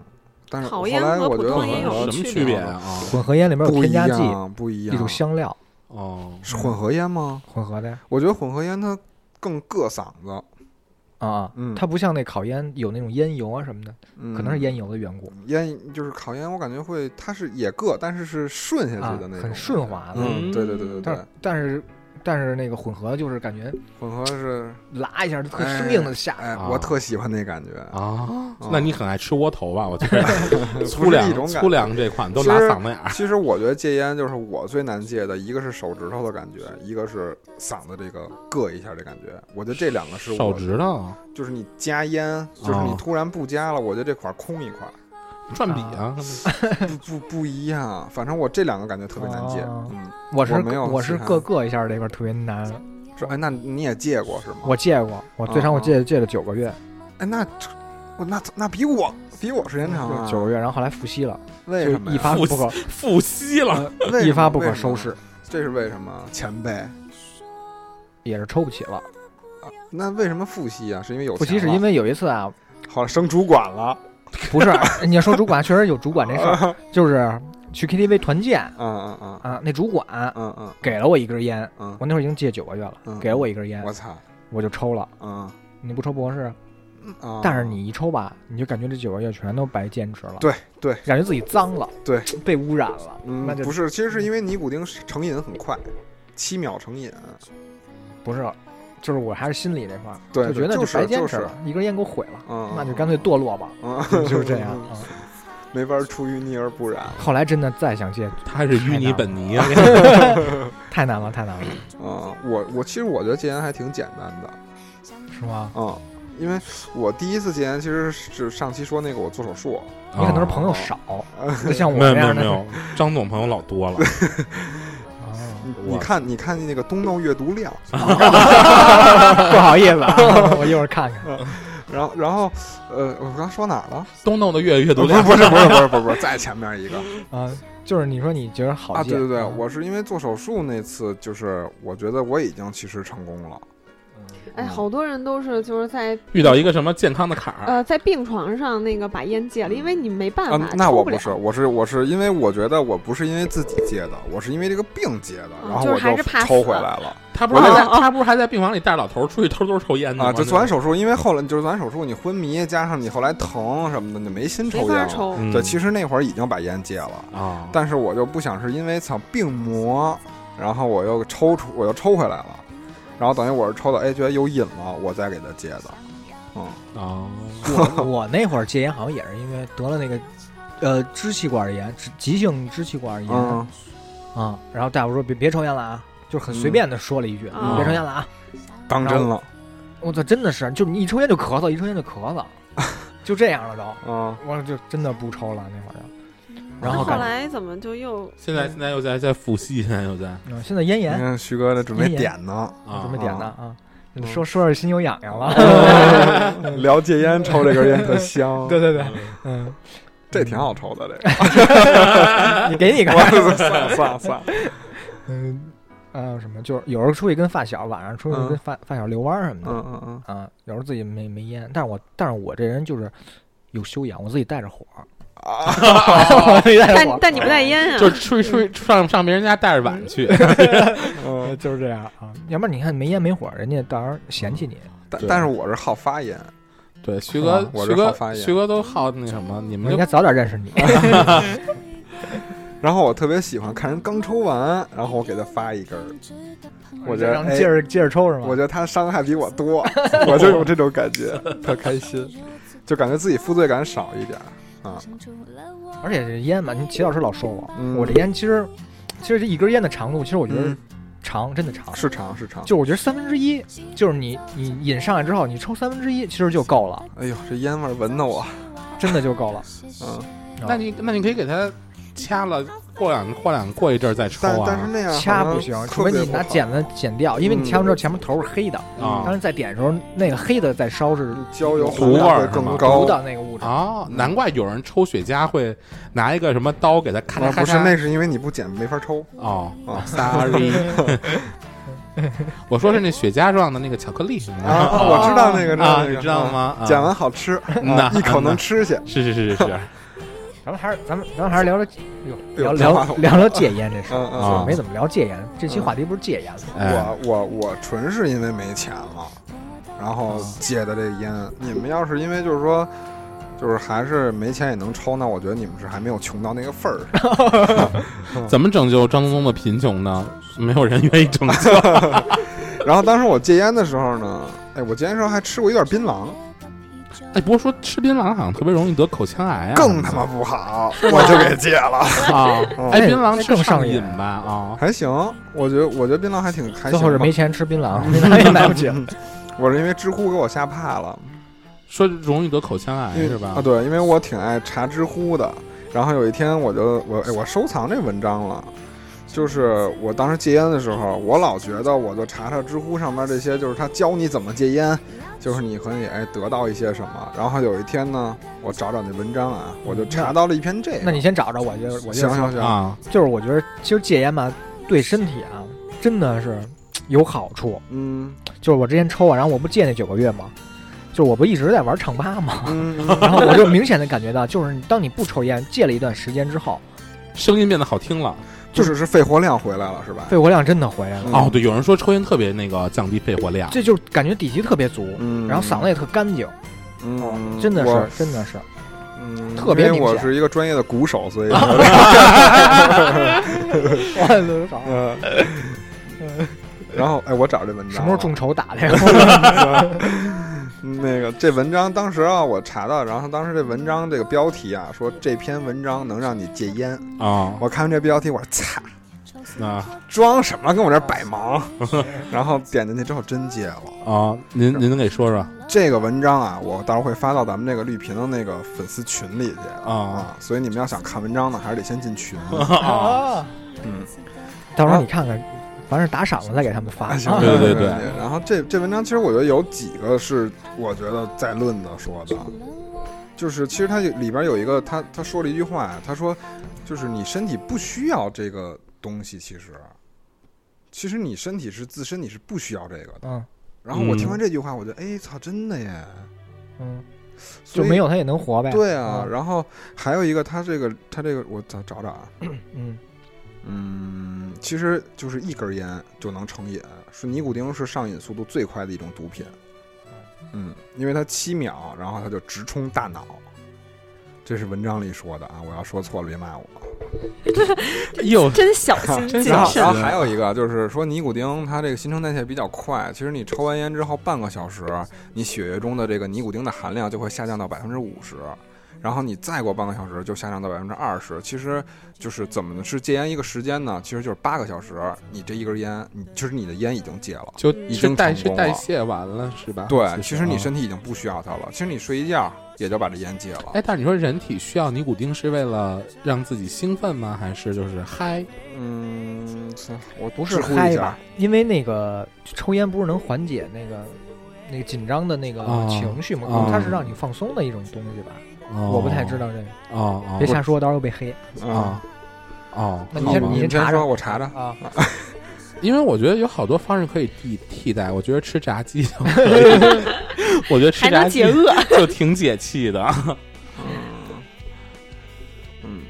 Speaker 5: 但是后
Speaker 1: 烤烟
Speaker 5: 来
Speaker 1: 和
Speaker 5: 我
Speaker 1: 普
Speaker 5: 觉得
Speaker 1: 通
Speaker 5: 混
Speaker 1: 烟
Speaker 5: 合
Speaker 1: 有
Speaker 6: 什么
Speaker 1: 区
Speaker 6: 区别
Speaker 1: 别
Speaker 6: 啊？
Speaker 3: 嗯混合烟里面有
Speaker 5: 不一
Speaker 3: 添加剂，
Speaker 5: 样，不一样，
Speaker 3: 一种香料
Speaker 6: 哦，
Speaker 5: 是混合烟吗？
Speaker 3: 混合的呀
Speaker 5: 我觉得混合烟它更硌嗓子，
Speaker 3: 啊，
Speaker 5: 嗯
Speaker 3: 它不像那烤烟有那种烟油啊什么的，
Speaker 5: 嗯、
Speaker 3: 可能是烟油的缘故
Speaker 5: 烟就是烤烟，我感觉会它是也硌，但是是顺下
Speaker 3: 啊
Speaker 5: 去的那种，，
Speaker 3: 很顺。滑的。
Speaker 5: 嗯，对对对对
Speaker 3: 但
Speaker 5: 对
Speaker 3: 是，但是但是那个混合就是感觉
Speaker 5: 混合是，
Speaker 3: 拉一下就特生硬的下，
Speaker 5: 哎，
Speaker 6: 啊
Speaker 5: 我特喜欢那感觉，
Speaker 6: 啊
Speaker 5: 哦，
Speaker 6: 那你很爱吃窝头吧？我觉得
Speaker 5: 不
Speaker 6: 粗
Speaker 5: 是一
Speaker 6: 粮
Speaker 5: 种感觉
Speaker 6: 粗粮这款都
Speaker 5: 其
Speaker 6: 拉
Speaker 5: 实
Speaker 6: 嗓子眼儿。
Speaker 5: 其实我觉得戒烟就是我最难戒的，一个是手指头的感觉，一个是嗓子这个硌一下的感觉。我觉得这两个是
Speaker 6: 手
Speaker 5: 我，
Speaker 6: 指头
Speaker 5: 就是啊你夹烟，就是你
Speaker 6: 哦
Speaker 5: 突然不夹了，我觉得这块儿空一块儿，
Speaker 6: 转笔 啊，
Speaker 5: 不不不一样。反正我这两个感觉特别难戒。
Speaker 3: 哦
Speaker 5: 嗯，
Speaker 3: 我是
Speaker 5: 我没有
Speaker 3: 我是
Speaker 5: 其他
Speaker 3: 各个一下这块儿特别难，
Speaker 5: 是哎，那你也戒过是吗？啊
Speaker 3: 我戒过，我最长我戒戒了九个月，
Speaker 5: 哎，那我那那比我比我时间长啊！
Speaker 3: 九个月，然后后来复吸了，
Speaker 5: 为
Speaker 3: 就
Speaker 5: 什么
Speaker 3: 一
Speaker 5: 呀？
Speaker 3: 发不可
Speaker 6: 复吸 了，
Speaker 5: 为什么
Speaker 3: 一发不可收，
Speaker 5: 为什
Speaker 3: 拾
Speaker 5: 么，这是为什么？前辈，
Speaker 3: 也是抽不起了。
Speaker 5: 啊那为什么复吸啊？是因为有
Speaker 3: 复吸是因
Speaker 5: 为
Speaker 3: 为有一次啊，
Speaker 5: 好了升主管了，
Speaker 3: 不 是你要说主管，确实有主管这事儿，就是去 KTV 团建
Speaker 5: 嗯嗯嗯
Speaker 3: 啊，那主管
Speaker 5: 嗯嗯
Speaker 3: 给了我一根烟，
Speaker 5: 嗯
Speaker 3: 我那会儿已经戒九个月了，
Speaker 5: 嗯
Speaker 3: 给了我一根烟
Speaker 5: 嗯，我，操，
Speaker 3: 我就抽了。
Speaker 5: 嗯
Speaker 3: 你不抽不合适啊，
Speaker 5: 啊！
Speaker 3: 但是你一抽吧，你就感觉这九个月全都白坚持了，
Speaker 5: 对对，
Speaker 3: 感觉自己脏了，
Speaker 5: 对，
Speaker 3: 被污染了，
Speaker 5: 嗯
Speaker 3: 那就
Speaker 5: 不是，其实是因为尼古丁成瘾很快，七秒成瘾，
Speaker 3: 不是，就是我还是心理这块儿，
Speaker 5: 对
Speaker 3: 就觉得
Speaker 5: 对就
Speaker 3: 就是白坚
Speaker 5: 就
Speaker 3: 持
Speaker 5: 是
Speaker 3: 了，一根烟给我毁了，
Speaker 5: 嗯，
Speaker 3: 那就干脆堕 落吧，
Speaker 5: 嗯，
Speaker 3: 就
Speaker 5: 嗯
Speaker 3: 就是这样。啊。
Speaker 5: 没法出淤泥而不染
Speaker 3: 后来真的再想戒，
Speaker 6: 他是淤泥本 泥啊！
Speaker 3: 太难了，太难了，
Speaker 5: 嗯，我我其实我觉得戒烟还挺简单的，
Speaker 3: 是吗？
Speaker 5: 嗯，因为我第一次戒烟其实是上期说那个我做手术，
Speaker 3: 你可能是朋友少， 就像我
Speaker 6: 没有
Speaker 3: 这
Speaker 6: 没有
Speaker 3: 样的。
Speaker 6: 没有，哦 张总朋友老多了，
Speaker 3: 哦
Speaker 5: 你你看你看那个东道阅读量，
Speaker 3: 不好意思啊，我一会儿看看。
Speaker 5: 然后然后呃，我刚说哪儿了？
Speaker 6: 东东的阅阅读
Speaker 5: 不是
Speaker 6: 量
Speaker 5: 不是不是不是不是不是，再前面一个
Speaker 3: 啊，就是你说你觉得好
Speaker 5: 啊！
Speaker 3: 戒
Speaker 5: 对对对，我是因为做手术那次，就是我觉得我已经其实成功了，
Speaker 1: 哎，好多人都是就是在
Speaker 6: 遇到一个什么健康的坎儿，
Speaker 1: 呃在病床上那个把烟戒了，因为你没办
Speaker 5: 啊
Speaker 1: 法，，
Speaker 5: 那
Speaker 1: 抽不
Speaker 5: 我不
Speaker 1: 了
Speaker 5: 是，我是我是因为我觉得我不是因为自己戒的，我是因为这个病戒的，然后
Speaker 1: 就是
Speaker 5: 我
Speaker 1: 还是怕死
Speaker 5: 抽回来了
Speaker 6: 他不是还
Speaker 1: 我
Speaker 6: 在
Speaker 1: 就在
Speaker 6: 他不是还在病房里带着老头儿出去偷偷抽烟呢
Speaker 5: 哦啊！
Speaker 6: 吗？
Speaker 5: 就做完手术，因为后来就是做完手术，你昏迷加上你后来疼什么的，你没心抽
Speaker 1: 没
Speaker 5: 烟
Speaker 1: 法
Speaker 5: 了。
Speaker 1: 抽。
Speaker 6: 嗯
Speaker 5: 对，其实那会儿已经把烟戒了，
Speaker 6: 啊，
Speaker 5: 但是我就不想是因为操病魔，然后我又抽出，我又抽回来了，然后等于我是抽到哎觉得有瘾了，我再给他戒的，嗯，
Speaker 6: 啊，
Speaker 3: 我 我那会儿戒烟好像也是因为得了那个，呃，支气管炎，支急性支气管炎
Speaker 5: 嗯
Speaker 3: 啊、然后大夫说别别抽烟了啊，就是很随便的说了一句，
Speaker 1: 嗯
Speaker 3: 别抽烟了啊。
Speaker 5: 当真了，
Speaker 3: 我操，真的是，就是你一抽烟就咳嗽，一抽烟就咳 嗽，就这样了都。
Speaker 5: 嗯，
Speaker 3: 我就真的不抽了那会儿就，
Speaker 1: 嗯那
Speaker 3: 然后
Speaker 1: 后
Speaker 3: 感觉，
Speaker 1: 来怎么就又
Speaker 6: 现在现在又在在复吸，现在又在
Speaker 3: 嗯，现在咽
Speaker 5: 你
Speaker 3: 炎
Speaker 5: 看徐哥这准备点呢，
Speaker 3: 怎
Speaker 6: 啊
Speaker 3: 么，点呢
Speaker 5: 啊
Speaker 3: 啊？嗯你说说是心有痒痒了，
Speaker 5: 聊戒烟抽这根烟特 香，
Speaker 3: 对对对，嗯，
Speaker 5: 这挺好抽的这个，
Speaker 3: 你给你一个。
Speaker 5: 算了算了算了，
Speaker 3: 嗯，还有什么？就是有时候出去跟发小，晚上出去跟发、发小遛弯儿什么的、
Speaker 5: 嗯嗯嗯，
Speaker 3: 啊。有时候自己没没烟，但是我但是我这人就是有修养，我自己带着火，
Speaker 5: 啊，
Speaker 3: 我自己带着
Speaker 1: 但
Speaker 3: 火，
Speaker 1: 但你不带烟 啊？
Speaker 6: 就是出去出去上上别人家带着碗去，
Speaker 5: 嗯哦
Speaker 3: 呃就是这样啊。要不然你看没烟没火，人家到时候嫌弃你。
Speaker 5: 但
Speaker 6: 对
Speaker 5: 但是我是好发言，
Speaker 6: 对，徐哥
Speaker 5: 啊，我
Speaker 6: 徐
Speaker 5: 这好发
Speaker 6: 哥，
Speaker 5: 言
Speaker 6: 徐哥都好那什么，你
Speaker 3: 我应
Speaker 6: 们就
Speaker 3: 该早点认识你。
Speaker 5: 嗯然后我特别喜欢看人刚抽完，然后我给他发一根儿，我觉得
Speaker 3: 让
Speaker 5: 哎
Speaker 3: 接着接着抽是吗？
Speaker 5: 我觉得他伤害比我多，我就有这种感觉，特开心，就感觉自己负罪感少一点儿。
Speaker 3: 而且这烟嘛，你齐老师老说我，
Speaker 5: 嗯
Speaker 3: 我这烟其实其实这一根烟的长度，其实我觉得
Speaker 5: 嗯
Speaker 3: 长，真的长。
Speaker 5: 啊是长是长，
Speaker 3: 就是我觉得三分之一，就是你你引上来之后，你抽三分之一其实就够了，
Speaker 5: 哎呦，这烟味儿闻的我，
Speaker 3: 真的就够了。
Speaker 5: 嗯，
Speaker 6: 那你那你可以给他掐了，过两过两过一阵儿再抽
Speaker 5: 但但是
Speaker 6: 啊
Speaker 5: 那样
Speaker 3: 掐
Speaker 5: 好像
Speaker 3: 不行，除
Speaker 5: 特
Speaker 3: 非
Speaker 5: 别
Speaker 3: 你
Speaker 5: 不
Speaker 3: 拿
Speaker 5: 好
Speaker 3: 剪子剪掉，因为你
Speaker 5: 嗯
Speaker 3: 掐完之后前面头是黑的，当
Speaker 6: 啊
Speaker 3: 时在点的时候，那个黑的在烧
Speaker 5: 嗯
Speaker 3: 是
Speaker 5: 焦油
Speaker 6: 糊味
Speaker 5: 量
Speaker 6: 儿
Speaker 5: 会
Speaker 6: 是吗
Speaker 5: 更
Speaker 3: 毒
Speaker 5: 高。啊
Speaker 3: 的那个物质。
Speaker 6: 哦，难怪有人抽雪茄会拿一个什么刀给他咔
Speaker 5: 啊
Speaker 6: 嚓咔
Speaker 5: 不是，
Speaker 6: 嚓
Speaker 5: 那是因为你不剪没法抽。
Speaker 6: 哦
Speaker 5: 啊
Speaker 6: ，sorry，我说是那雪茄状的那个巧克力
Speaker 5: 啊，我知道
Speaker 3: 哦
Speaker 5: 那个，
Speaker 6: 啊，
Speaker 5: 那
Speaker 6: 你
Speaker 5: 个
Speaker 6: 知道？吗？
Speaker 5: 啊
Speaker 6: 啊
Speaker 5: 剪完好 吃，啊
Speaker 6: 那
Speaker 5: 一口能吃去。
Speaker 6: 是是是是是，
Speaker 3: 咱们还是咱们咱们还是聊聊
Speaker 5: 哎
Speaker 3: 聊
Speaker 5: 呦
Speaker 3: 聊
Speaker 5: 脏话
Speaker 3: 聊聊戒烟这 事儿，
Speaker 5: 嗯嗯
Speaker 6: 啊
Speaker 5: 嗯，
Speaker 3: 就没怎么聊戒烟。这期话题不是戒烟吗？
Speaker 6: 哎，
Speaker 5: 我我我纯是因为没钱了，然后戒的这个烟。你们要是因为就是说，就是还是没钱也能抽，那我觉得你们是还没有穷到那个份儿上。
Speaker 6: 怎么拯救张东东的贫穷呢？没有人愿意拯救。
Speaker 5: 然后当时我戒烟的时候呢，哎，我戒烟的时候还吃过一段槟榔，
Speaker 6: 哎，不过说吃槟榔好像特别容易得口腔癌啊，
Speaker 5: 更他妈不好， 我就给戒了。
Speaker 6: 啊！哎，槟榔吃
Speaker 3: 那更上
Speaker 6: 瘾
Speaker 3: 瘾
Speaker 6: 吧啊！
Speaker 5: 还行，我觉得我觉得槟榔还挺还
Speaker 3: 最后是
Speaker 5: 行吧嗯
Speaker 3: 没。钱吃槟 榔，槟榔也买不起。
Speaker 5: 我是因为知乎给我吓怕了，
Speaker 6: 说容易得口腔癌
Speaker 5: 因为
Speaker 6: 是吧？
Speaker 5: 啊，对，因为我挺爱查知乎的。然后有一天我就我哎我收藏这文章了，就是我当时戒烟的时候，我老觉得我就查查知乎上面这些，就是他教你怎么戒烟，就是你可以哎得到一些什么。然后有一天呢，我找找那文章啊，我就查到了一篇这个。
Speaker 3: 那你先找着，我就我就
Speaker 5: 行行
Speaker 3: 说
Speaker 5: 行，
Speaker 6: 啊，
Speaker 3: 就是我觉得其实戒烟吧，对身体啊真的是有好处。
Speaker 5: 嗯
Speaker 3: 就是我之前抽啊，然后我不戒那九个月嘛，就是我不一直在玩唱吧嘛，
Speaker 5: 嗯，
Speaker 3: 然后我就明显的感觉到，就是当你不抽烟戒了一段时间之后，
Speaker 6: 声音变得好听了。
Speaker 5: 就只是肺活量回来了是吧？
Speaker 3: 肺活量真的回来了，
Speaker 5: 嗯
Speaker 6: 哦，对，有人说抽烟特别那个降低肺活量，
Speaker 3: 这就是感觉底气特别足，
Speaker 5: 嗯，
Speaker 3: 然后嗓子也特干净，
Speaker 5: 嗯，
Speaker 3: 真的
Speaker 5: 我
Speaker 3: 是真 的是，
Speaker 5: 嗯，
Speaker 3: 特别
Speaker 5: 因为
Speaker 3: 明
Speaker 5: 我
Speaker 3: 显
Speaker 5: 是一个专业的鼓 手，所以
Speaker 3: 哇，多少？
Speaker 5: 嗯，然后哎，我找
Speaker 6: 嗯
Speaker 5: 这文章
Speaker 3: 什么时候
Speaker 5: 了
Speaker 3: 众筹 打的 呀？
Speaker 5: 嗯那个这文章当时啊，我查到，然后当时这文章这个标题啊，说这篇文章能让你戒烟。
Speaker 6: 啊
Speaker 5: 我看完这标题，我说擦，
Speaker 6: 啊
Speaker 5: 装什么跟我这儿摆忙？ 然后点进去之后真戒了。
Speaker 6: 啊！您您能给说说
Speaker 5: 这个文章啊，我到时候会发到咱们那个绿屏的那个粉丝群里去
Speaker 6: 啊
Speaker 5: 啊。所以你们要想看文章呢，还是得先 进群。
Speaker 6: 啊？
Speaker 5: 嗯，
Speaker 3: 到时候你看看，反正打赏了再给他们发。
Speaker 5: 行
Speaker 3: 啊
Speaker 6: 对对对
Speaker 5: 对。然后这这文章其实我觉得有几个是我觉得在论的说的，就是其实它里边有一个他他说了一句话，他说就是你身体不需要这个东西，其实其实你身体是自身你是不需要这个的。
Speaker 3: 嗯
Speaker 5: 然后我
Speaker 6: 嗯
Speaker 5: 听完这句话，我觉得哎操，真的耶，
Speaker 3: 嗯，就
Speaker 5: 所以
Speaker 3: 没有他也能活呗。
Speaker 5: 对啊。
Speaker 3: 嗯
Speaker 5: 然后还有一个他这个他这个我找找找啊，
Speaker 3: 嗯，
Speaker 5: 嗯，其实就是一根烟就能成瘾，是尼古丁是上瘾速度最快的一种毒品。嗯，因为它七秒，然后它就直冲大脑。这是文章里说的啊，我要说错了别骂我。
Speaker 6: 哟，
Speaker 1: 真小心谨
Speaker 6: 真小
Speaker 5: 然后，
Speaker 6: 心
Speaker 1: 慎
Speaker 5: 然后还有一个就是说，尼古丁它这个新陈代谢比较快，其实你抽完烟之后半个小时，你血液中的这个尼古丁的含量就会下降到百分之五十，然后你再过半个小时就下降到百分之二十。其实就是怎么是戒烟一个时间呢？其实就是八个小时，你这一根烟，你就是你的烟已经戒了。
Speaker 6: 就
Speaker 5: 已
Speaker 6: 是
Speaker 5: 经
Speaker 6: 代
Speaker 5: 成
Speaker 6: 是
Speaker 5: 功
Speaker 6: 代
Speaker 5: 了
Speaker 6: 谢完了是吧？
Speaker 5: 对，其实你
Speaker 6: 啊
Speaker 5: 身体已经不需要它了。其实你睡一觉也就把这烟戒了。
Speaker 6: 哎，但是你说人体需要尼古丁是为了让自己兴奋吗？还是就是嗨？
Speaker 5: 嗯，我
Speaker 3: 不
Speaker 5: 不
Speaker 3: 是嗨吧？因为那个抽烟不是能缓解那个那个紧张的那个
Speaker 6: 啊
Speaker 3: 情绪吗？可
Speaker 6: 啊
Speaker 3: 能它是让你放松的一种东西吧。我不太知道这个，
Speaker 6: 哦哦，
Speaker 3: 别瞎说，到时候被黑。
Speaker 5: 啊
Speaker 6: 啊。哦，
Speaker 3: 那
Speaker 5: 你
Speaker 3: 你
Speaker 6: 好吧
Speaker 3: 先
Speaker 5: 你
Speaker 3: 你先
Speaker 5: 先
Speaker 3: 查
Speaker 5: 说
Speaker 3: 查，
Speaker 5: 我查查
Speaker 3: 啊。
Speaker 6: 因为我觉得有好多方式可以替替代，我觉得吃炸鸡就可以，我觉得吃
Speaker 1: 还
Speaker 6: 炸
Speaker 1: 能
Speaker 6: 鸡
Speaker 1: 解 饿。
Speaker 6: 就挺解气的，
Speaker 5: 嗯，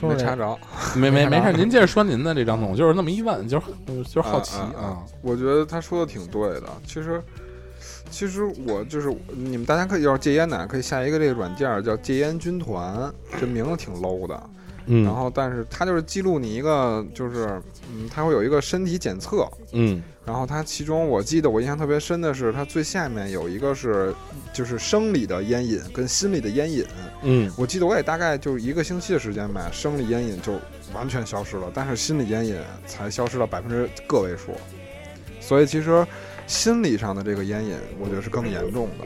Speaker 3: 说
Speaker 5: 没
Speaker 3: 说
Speaker 5: 查
Speaker 3: 这
Speaker 5: 着。
Speaker 6: 没没
Speaker 3: 没
Speaker 6: 没
Speaker 3: 看着
Speaker 6: 事，您接着说您的这张总，就是那么一问，就是就是好奇
Speaker 5: 啊啊啊我觉得他说的挺对的。其实，其实我就是你们大家可以要是戒烟呢，可以下一个这个软件儿叫戒烟军团，这名字挺 low 的。
Speaker 6: 嗯
Speaker 5: 然后，但是它就是记录你一个，就是嗯，它会有一个身体检测。
Speaker 6: 嗯
Speaker 5: 然后它其中我记得我印象特别深的是，它最下面有一个是就是生理的烟瘾跟心理的烟瘾。
Speaker 6: 嗯
Speaker 5: 我记得我也大概就是一个星期的时间吧，生理烟瘾就完全消失了，但是心理烟瘾才消失到百分之个位数，所以其实心理上的这个烟瘾，我觉得是更严重的。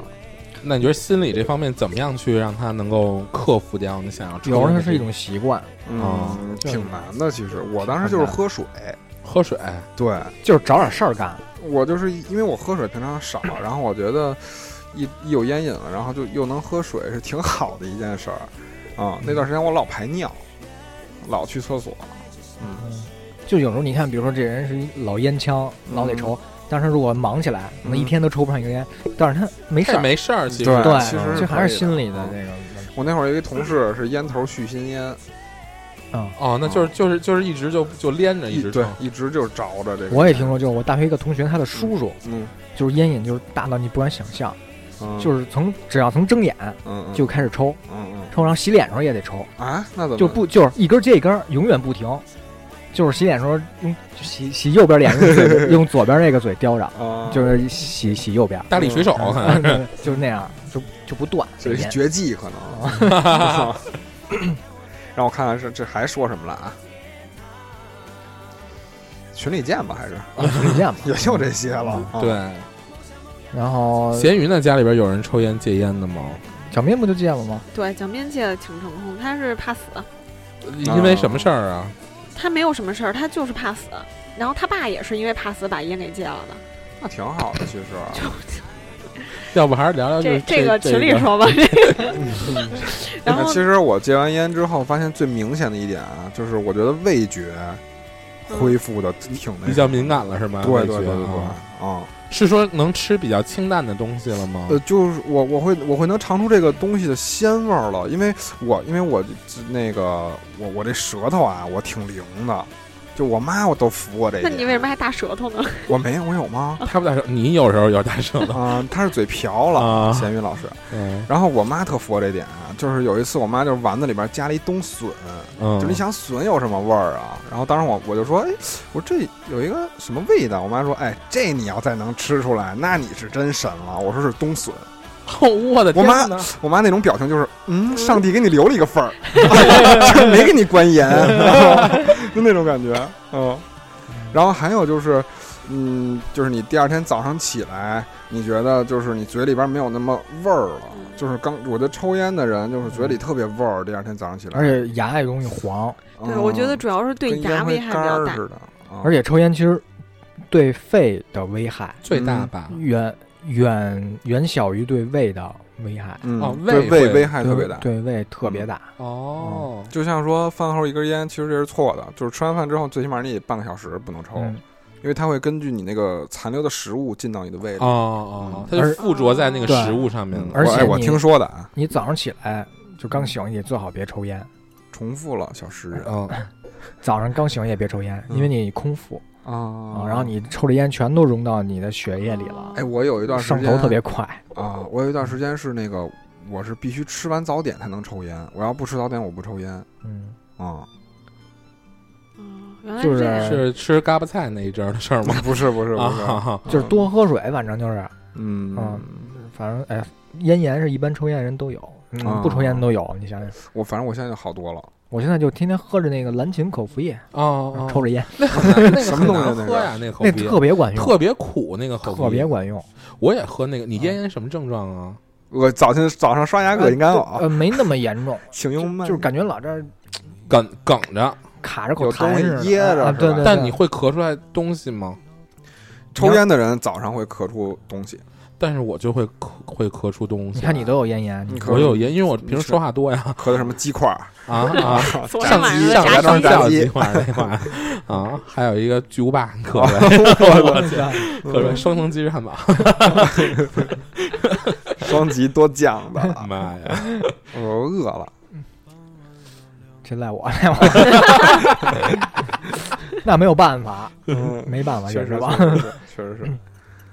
Speaker 6: 那你觉得心理这方面怎么样去让它能够克服掉你想要抽
Speaker 3: 有时
Speaker 6: 烟
Speaker 3: 候它
Speaker 6: 的这
Speaker 3: 是一种习惯，
Speaker 6: 哦
Speaker 5: 嗯，挺难的。其实我当时就是喝水，
Speaker 6: 喝水
Speaker 5: 对
Speaker 3: 就是找点事儿干。
Speaker 5: 我就是因为我喝水平常少，然后我觉得一一有烟瘾了，然后就又能喝水是挺好的一件事儿啊、那段时间我老排尿，老去厕所，嗯。
Speaker 3: 嗯，就有时候你看，比如说这人是一老烟枪，
Speaker 5: 嗯
Speaker 3: 老得抽。但是如果忙起来，可能一天都抽不上一根烟，但是他没事
Speaker 6: 这
Speaker 3: 儿，
Speaker 6: 没事儿，其实
Speaker 5: 对
Speaker 3: 对，
Speaker 5: 其实是
Speaker 3: 这还是
Speaker 5: 可以的
Speaker 3: 心理的
Speaker 5: 嗯
Speaker 3: 这个
Speaker 5: 我那会儿有一同事是烟头续心烟，
Speaker 6: 哦，那就是就是就是一直就就连着一直抽
Speaker 5: 对，一直就是着着这个。
Speaker 3: 我也听，说，就是我大学一个同学，他的叔叔
Speaker 5: 嗯，
Speaker 3: 就是烟瘾，就是大到你不敢想象，
Speaker 5: 嗯
Speaker 3: 就是从只要从睁眼
Speaker 5: 嗯嗯
Speaker 3: 就开始抽，
Speaker 5: 嗯
Speaker 3: 抽，然后洗脸时候也得抽，
Speaker 5: 嗯啊，那怎么
Speaker 3: 就不就是一根接一根，永远不停，就是洗脸时候用洗洗右边脸，用 嘴用左边那个嘴叼着，
Speaker 5: 啊？
Speaker 3: 就是洗洗右边，
Speaker 6: 大力水手可能
Speaker 3: 就是那样，就就不断
Speaker 5: 这是
Speaker 3: 烟
Speaker 5: 绝技 可能。让我看看这这还说什么了啊？ 群里见吧，还是
Speaker 3: 啊 是 这样吧
Speaker 5: 也就这些了。啊，
Speaker 6: 嗯对，
Speaker 3: 然后
Speaker 6: 咸鱼呢？家里边有人抽烟戒烟的吗？
Speaker 3: 小面不就戒了吗？
Speaker 1: 对，蒋边戒的挺成功，他是怕死，
Speaker 6: 因为什么事儿啊？
Speaker 1: 他没有什么事儿，他就是怕死。然后他爸也是因为怕死把烟给戒了的。
Speaker 5: 那挺好的，其实。
Speaker 6: 要不还是聊聊
Speaker 1: 这
Speaker 6: 就
Speaker 1: 这个
Speaker 6: 个
Speaker 1: 群里 说吧。这个然
Speaker 5: 嗯那
Speaker 1: 后
Speaker 5: 其实我戒完烟之后，发现最明显的一点啊，就是我觉得味觉
Speaker 1: 嗯
Speaker 5: 恢复的挺那
Speaker 6: 比
Speaker 5: 什
Speaker 6: 较
Speaker 5: 么
Speaker 6: 敏感了是吗？
Speaker 5: 对对
Speaker 6: 味
Speaker 5: 对
Speaker 6: 觉
Speaker 5: 对对
Speaker 6: 啊，
Speaker 5: 啊，
Speaker 6: 是说能吃比较清淡的东西了吗？
Speaker 5: 呃，就是我我会我会能尝出这个东西的鲜味儿了，因为我因为我那个我我这舌头啊，我挺灵的，就我妈我都服我这一
Speaker 1: 那
Speaker 5: 点。
Speaker 1: 你为什么还大舌头呢？
Speaker 5: 我没有我有吗？
Speaker 6: 他不大舌，你有时候有大舌 头。
Speaker 5: 啊、她是嘴瓢
Speaker 6: 啊
Speaker 5: 了，咸鱼老师。
Speaker 6: 嗯
Speaker 5: 然后我妈特服我这点啊，就是有一次我妈就是丸子里边加了一冬笋，
Speaker 6: 嗯，
Speaker 5: 就你想笋有什么味儿啊？然后当时我我就说，哎，我说这有一个什么味道？我妈说，哎，这你要再能吃出来，那你是真神了。我说是冬笋，
Speaker 6: 哦，我的
Speaker 5: 我
Speaker 6: 天
Speaker 5: 妈
Speaker 6: 哪！
Speaker 5: 我妈那种表情就是，嗯，上帝给你留了一 个缝儿，就是没给你关严， 就那种感觉，嗯。然后还有就是，嗯，就是你第二天早上起来，你觉得就是你嘴里边没有那么味儿了，就是刚我觉得抽烟的人就是嘴里特别味儿，第二天早上起来，
Speaker 3: 而且牙也容易黄，
Speaker 5: 嗯
Speaker 1: 对，我觉得主要是对
Speaker 5: 跟烟
Speaker 1: 牙
Speaker 5: 灰
Speaker 1: 危害比
Speaker 5: 缸
Speaker 1: 较
Speaker 5: 儿
Speaker 1: 大。
Speaker 5: 似的，嗯
Speaker 3: 而且抽烟其实对肺的危害
Speaker 6: 最大吧，
Speaker 5: 嗯
Speaker 3: 远远远小于对胃的危害，
Speaker 6: 哦
Speaker 5: 嗯，
Speaker 6: 胃
Speaker 5: 对
Speaker 6: 会
Speaker 5: 胃危害特别大。
Speaker 3: 对胃特别大。
Speaker 6: 哦，
Speaker 5: 就像说饭后一根烟，其实这是错的，就是吃完饭之后，最起码你得半个小时不能抽，
Speaker 3: 嗯，
Speaker 5: 因为它会根据你那个残留的食物进到你的胃里。
Speaker 6: 哦哦，它
Speaker 3: 而
Speaker 6: 就附着在那个
Speaker 3: 对
Speaker 6: 食物上面
Speaker 5: 嗯
Speaker 6: 了。
Speaker 3: 而
Speaker 5: 我
Speaker 3: 且
Speaker 5: 哎我
Speaker 3: 你
Speaker 5: 听说的啊，
Speaker 3: 你早上起来就刚醒，你最好别抽烟。
Speaker 5: 重复了小诗人
Speaker 3: 哦
Speaker 6: 嗯，
Speaker 3: 早上刚醒也别抽烟，
Speaker 5: 嗯
Speaker 3: 因为你空腹
Speaker 5: 啊
Speaker 3: 啊，然后你抽的烟全都融到你的血液里了，
Speaker 5: 哎，我有一段时
Speaker 3: 上
Speaker 5: 间
Speaker 3: 头特别快。
Speaker 5: 啊，我有一段时间是那个，我是必须吃完早点才能抽烟，我要不吃早点我不抽烟
Speaker 3: 嗯，
Speaker 5: 啊。
Speaker 1: 嗯原来
Speaker 3: 就是
Speaker 1: 这样。
Speaker 6: 是吃嘎巴菜那一阵儿的事儿吗？
Speaker 5: 不是 不是不是，
Speaker 6: 啊，
Speaker 3: 就是多喝水，反正就是，
Speaker 5: 嗯
Speaker 3: 啊反正哎，咽炎是一般抽烟人都有，
Speaker 5: 啊
Speaker 3: 嗯，不抽烟都有。你想想，
Speaker 5: 我反正我现在就好多了，
Speaker 3: 我现在就天天喝着那个蓝芩口服液，
Speaker 6: 哦，
Speaker 3: 抽着烟，
Speaker 6: 那很难，那个
Speaker 5: 什么东西啊
Speaker 6: 很
Speaker 5: 那
Speaker 6: 难
Speaker 5: 个
Speaker 6: 喝呀？那个口
Speaker 3: 那
Speaker 6: 服液
Speaker 3: 特别管用，
Speaker 6: 特别苦，那个口服
Speaker 3: 特
Speaker 6: 液
Speaker 3: 别管用。
Speaker 6: 我也喝那个。你咽
Speaker 5: 嗯
Speaker 6: 炎什么症状啊？
Speaker 5: 我早晨早上刷牙恶心干呕，
Speaker 3: 呃，没那么严 重，
Speaker 5: 啊请
Speaker 3: 就
Speaker 5: 用慢，
Speaker 3: 就是感觉老这儿
Speaker 6: 梗梗着，
Speaker 3: 卡着口
Speaker 5: 有
Speaker 3: 痰
Speaker 5: 东西
Speaker 3: 似的，
Speaker 5: 噎着
Speaker 3: 啊
Speaker 5: 是
Speaker 3: 对对。
Speaker 5: 吧
Speaker 3: 对
Speaker 6: 但你会咳出来东西吗？
Speaker 5: 抽烟的人早上会咳出东西，
Speaker 6: 但是我就会咳，会咳出东西。
Speaker 3: 你看你都有咽炎，
Speaker 5: 你咳
Speaker 6: 我有烟，因为我平
Speaker 5: 你
Speaker 6: 时
Speaker 5: 是
Speaker 6: 说话多呀。
Speaker 5: 咳的什么鸡块儿，
Speaker 6: 啊 啊！
Speaker 1: 昨天
Speaker 6: 上
Speaker 1: 晚
Speaker 6: 级
Speaker 1: 上
Speaker 6: 上
Speaker 1: 的
Speaker 5: 牙
Speaker 1: 牙
Speaker 5: 上
Speaker 1: 医
Speaker 5: 牙
Speaker 6: 上
Speaker 5: 医
Speaker 6: 计划那 块啊，还有一个巨无霸可乐，
Speaker 3: 我 操
Speaker 6: 可乐双层鸡翅汉堡，
Speaker 5: 双极多 酱的，
Speaker 6: 妈呀！
Speaker 5: 我饿了。
Speaker 3: 这赖我赖我， 那没有办法，
Speaker 5: 嗯
Speaker 3: 没办法，
Speaker 5: 确
Speaker 3: 也
Speaker 5: 实
Speaker 3: 是吧？
Speaker 5: 确 实是确实是。
Speaker 3: 那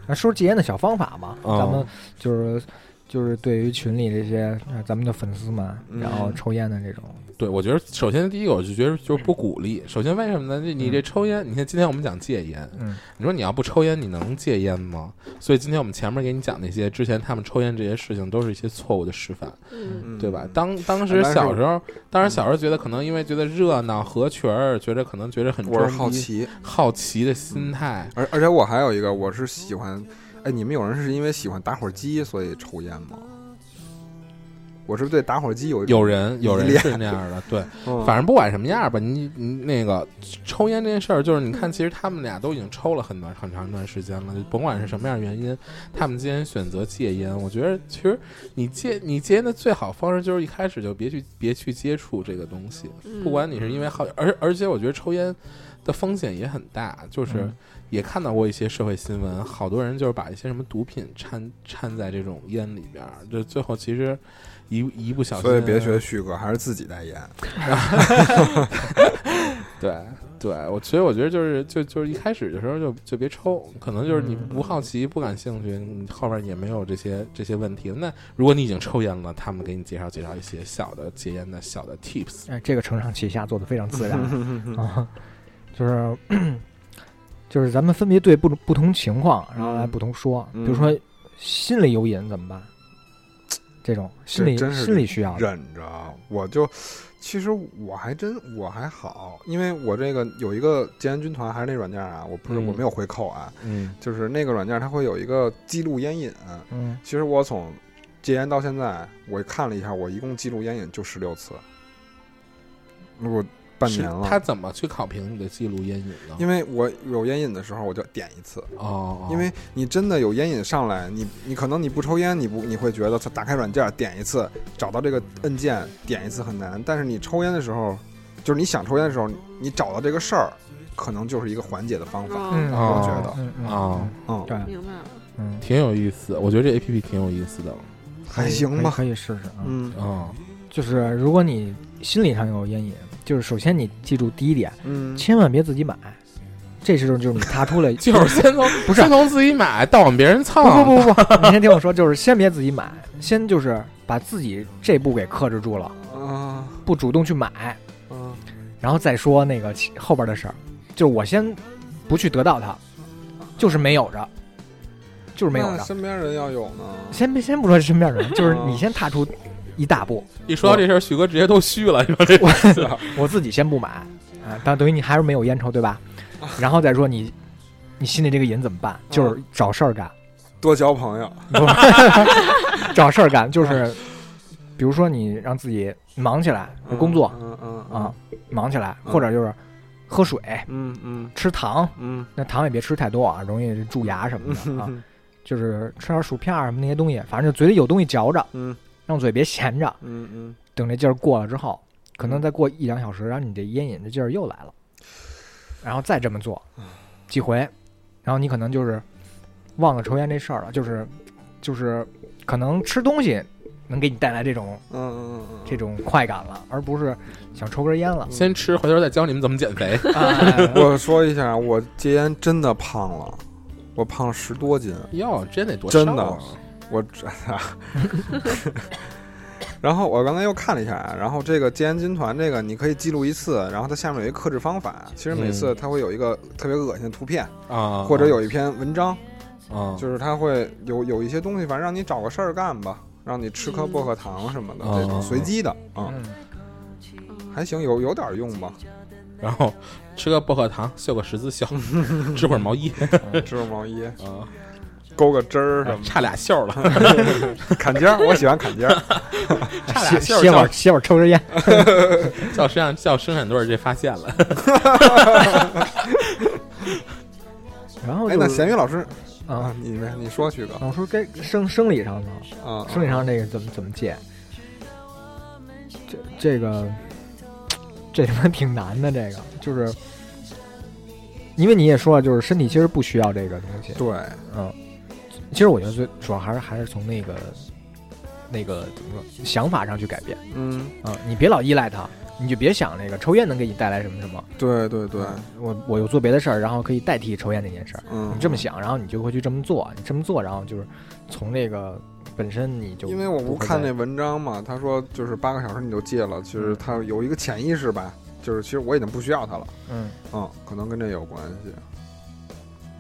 Speaker 3: 呃说戒烟的小方法嘛，
Speaker 5: 哦
Speaker 6: 嗯
Speaker 3: 咱们就是就是对于群里这些呃咱们的粉丝们，
Speaker 5: 嗯
Speaker 3: 然后抽烟的这种，
Speaker 6: 对，我觉得首先第一个，我就觉得就是不鼓励。首先为什么呢？你
Speaker 5: 嗯
Speaker 6: 你这抽烟，你看今天我们讲戒烟，
Speaker 3: 嗯，
Speaker 6: 你说你要不抽烟，你能戒烟吗？所以今天我们前面给你讲那些之前他们抽烟这些事情，都是一些错误的示范，
Speaker 1: 嗯
Speaker 5: 嗯
Speaker 6: 对吧？当当时小时候，当时小时候觉得可能因为觉得热闹合群儿，觉得可能觉得很
Speaker 5: 我是
Speaker 6: 装
Speaker 5: 好
Speaker 6: 逼
Speaker 5: 奇，
Speaker 6: 好奇的心态，
Speaker 5: 而而且我还有一个，我是喜欢，哎，你们有人是因为喜欢打火机所以抽烟吗？我是对打火机有一种
Speaker 6: 有人有人
Speaker 5: 依恋
Speaker 6: 是那样的，对，
Speaker 5: 嗯
Speaker 6: 反正不管什么样吧，你你那个抽烟这件事儿，就是你看，其实他们俩都已经抽了很短很长一段时间了，就甭管是什么样的原因，他们今天选择戒烟，我觉得其实你戒你戒烟的最好方式就是一开始就别去别去接触这个东西，
Speaker 1: 嗯
Speaker 6: 不管你是因为好，而而且我觉得抽烟的风险也很大，就是
Speaker 3: 嗯
Speaker 6: 也看到过一些社会新闻，好多人就是把一些什么毒品掺掺在这种烟里边儿，就最后其实一一不小心，
Speaker 5: 所以别学旭哥，还是自己代言。
Speaker 6: 对对，我所以我觉得就是就就是一开始的时候就就别抽，可能就是你
Speaker 3: 嗯
Speaker 6: 不好奇、不感兴趣，你后面也没有这些这些问题。那如果你已经抽烟了，他们给你介绍介绍一些小的戒烟的小的 tips。
Speaker 3: 哎，这个承上启下做的非常自 然啊，就是就是咱们分别对不不同情况，然后来
Speaker 5: 嗯
Speaker 3: 不同说，
Speaker 5: 嗯
Speaker 3: 比如说心理有瘾怎么办？这种心理
Speaker 5: 真是
Speaker 3: 心理需
Speaker 6: 啊
Speaker 3: 要的，
Speaker 5: 忍着，我就其实我还真我还好，因为我这个有一个戒烟军团，还是那软件啊，我不是、
Speaker 6: 嗯
Speaker 5: 我没有回扣啊，
Speaker 6: 嗯，
Speaker 5: 就是那个软件它会有一个记录烟瘾。
Speaker 3: 嗯，
Speaker 5: 其实我从戒烟到现在，我看了一下，我一共记录烟瘾就十六次。我半
Speaker 6: 是
Speaker 5: 年了。
Speaker 6: 他怎么去考评你的记录烟瘾呢？
Speaker 5: 因为我有烟瘾的时候，我就点一次。
Speaker 6: 哦，
Speaker 5: 因为你真的有烟瘾上来，你你可能你不抽烟，你不你会觉得它打开软件点一次，找到这个按键点一次很难。但是你抽烟的时候，就是你想抽烟的时候，你找到这个事儿，可能就是一个缓解的方法。
Speaker 1: 嗯，
Speaker 6: 哦
Speaker 5: 啊我觉得，
Speaker 3: 嗯嗯
Speaker 6: 哦
Speaker 5: 嗯，
Speaker 3: 对，
Speaker 1: 明白了。
Speaker 3: 嗯，
Speaker 6: 挺有意思，我觉得这 A P P 挺有意思的。
Speaker 5: 还行吧。
Speaker 3: 可以可以试试啊。
Speaker 5: 嗯
Speaker 6: 嗯，
Speaker 3: 就是如果你心理上有烟瘾，就是首先你记住第一点，
Speaker 5: 嗯，
Speaker 3: 千万别自己买，这时候就是你踏出了
Speaker 6: 就是先从
Speaker 3: 不是
Speaker 6: 先从自己买到往别人蹭，
Speaker 3: 不不不不不，你先听我说，就是先别自己买，先就是把自己这步给克制住了，
Speaker 5: 啊
Speaker 3: 不主动去买，
Speaker 5: 嗯
Speaker 3: 然后再说那个其后边的事儿。就是我先不去得到它，就是没有着，就是没有
Speaker 5: 那
Speaker 3: 着。
Speaker 5: 身边人要有呢。
Speaker 3: 先别先不说身边 人，就是你先踏出一大步，
Speaker 6: 一说到这事儿，旭哥直接都虚了。你说这。
Speaker 3: 我我自己先不买啊，但等于你还是没有烟抽，对吧？然后再说你你心里这个瘾怎么办？就是找事儿干，
Speaker 5: 多交朋友，
Speaker 3: 不是找事儿干，就是比如说你让自己忙起来，
Speaker 5: 嗯
Speaker 3: 工作
Speaker 5: 嗯嗯
Speaker 3: 啊，忙起来，
Speaker 5: 嗯
Speaker 3: 或者就是喝水、
Speaker 5: 嗯嗯
Speaker 3: 吃糖，
Speaker 5: 嗯
Speaker 3: 那糖也别吃太多啊，容易蛀牙什么的啊。
Speaker 5: 嗯
Speaker 3: 就是吃点薯片儿什么那些东西，反正就嘴里有东西嚼着，
Speaker 5: 嗯
Speaker 3: 让嘴别闲着。
Speaker 5: 嗯嗯，
Speaker 3: 等这劲儿过了之后，可能再过一两小时，然后你这烟瘾这劲儿又来了，然后再这么做几回，然后你可能就是忘了抽烟这事儿了，就是就是可能吃东西能给你带来这种
Speaker 5: 嗯嗯嗯，
Speaker 3: 这种快感了，而不是想抽根烟了
Speaker 6: 先吃，回头再教你们怎么减肥。
Speaker 3: 哎
Speaker 5: 我说一下，我戒烟真的胖了，我胖了十多斤，啊
Speaker 6: 哟，真得多
Speaker 5: 真
Speaker 6: 上
Speaker 5: 的
Speaker 6: 啊
Speaker 5: 我这。然后我刚才又看了一下，然后这个戒烟军团这个你可以记录一次，然后它下面有一个克制方法。其实每次它会有一个特别恶心的图片，
Speaker 6: 啊，
Speaker 5: 或者有一篇文章，
Speaker 6: 啊，
Speaker 5: 就是它会有有一些东西，反正让你找个事儿干吧，让你吃颗薄荷糖什么的，
Speaker 6: 嗯
Speaker 5: 这种随机的啊，
Speaker 3: 嗯
Speaker 5: 还行，有有点用吧。
Speaker 6: 然后吃个薄荷糖，绣个十字 绣，织会儿毛衣
Speaker 5: 织个毛衣，
Speaker 6: 啊，
Speaker 5: 勾个针儿什
Speaker 6: 哎
Speaker 5: 么
Speaker 6: 差俩袖了，
Speaker 5: 的，砍尖 儿，我喜欢砍尖儿。
Speaker 6: 差
Speaker 3: 歇
Speaker 6: 俩袖儿
Speaker 3: 歇会儿，歇会儿抽根烟，
Speaker 6: 叫叫生产叫生产队儿这发现了，
Speaker 3: 然后
Speaker 5: 哎，
Speaker 3: 就
Speaker 5: 那
Speaker 3: 是
Speaker 5: 咸鱼老师啊
Speaker 3: 啊，，
Speaker 5: 你没你说去哥
Speaker 3: 我说该生生理上呢，
Speaker 5: 啊，
Speaker 3: 生理上这个怎么怎么戒？这这个，这他妈挺难的。这个就是，因为你也说了，就是身体其实不需要这个东西。
Speaker 5: 对，
Speaker 3: 嗯，其实我觉得最主要还是还是从那个那个怎么说想法上去改变
Speaker 5: 嗯，
Speaker 3: 啊、你别老依赖它，你就别想那个抽烟能给你带来什么什么。
Speaker 5: 对对对，
Speaker 3: 我我有做别的事儿，然后可以代替抽烟这件事儿。
Speaker 5: 嗯，
Speaker 3: 你这么想，然后你就会去这么做，你这么做，然后就是从这个本身你就
Speaker 5: 因为我不
Speaker 3: 会
Speaker 5: 看
Speaker 3: 再
Speaker 5: 那文章嘛，他说就是八个小时你就戒了，其实他有一个潜意识吧，就是其实我已经不需要它了，
Speaker 3: 嗯，
Speaker 5: 嗯，可能跟这有关系。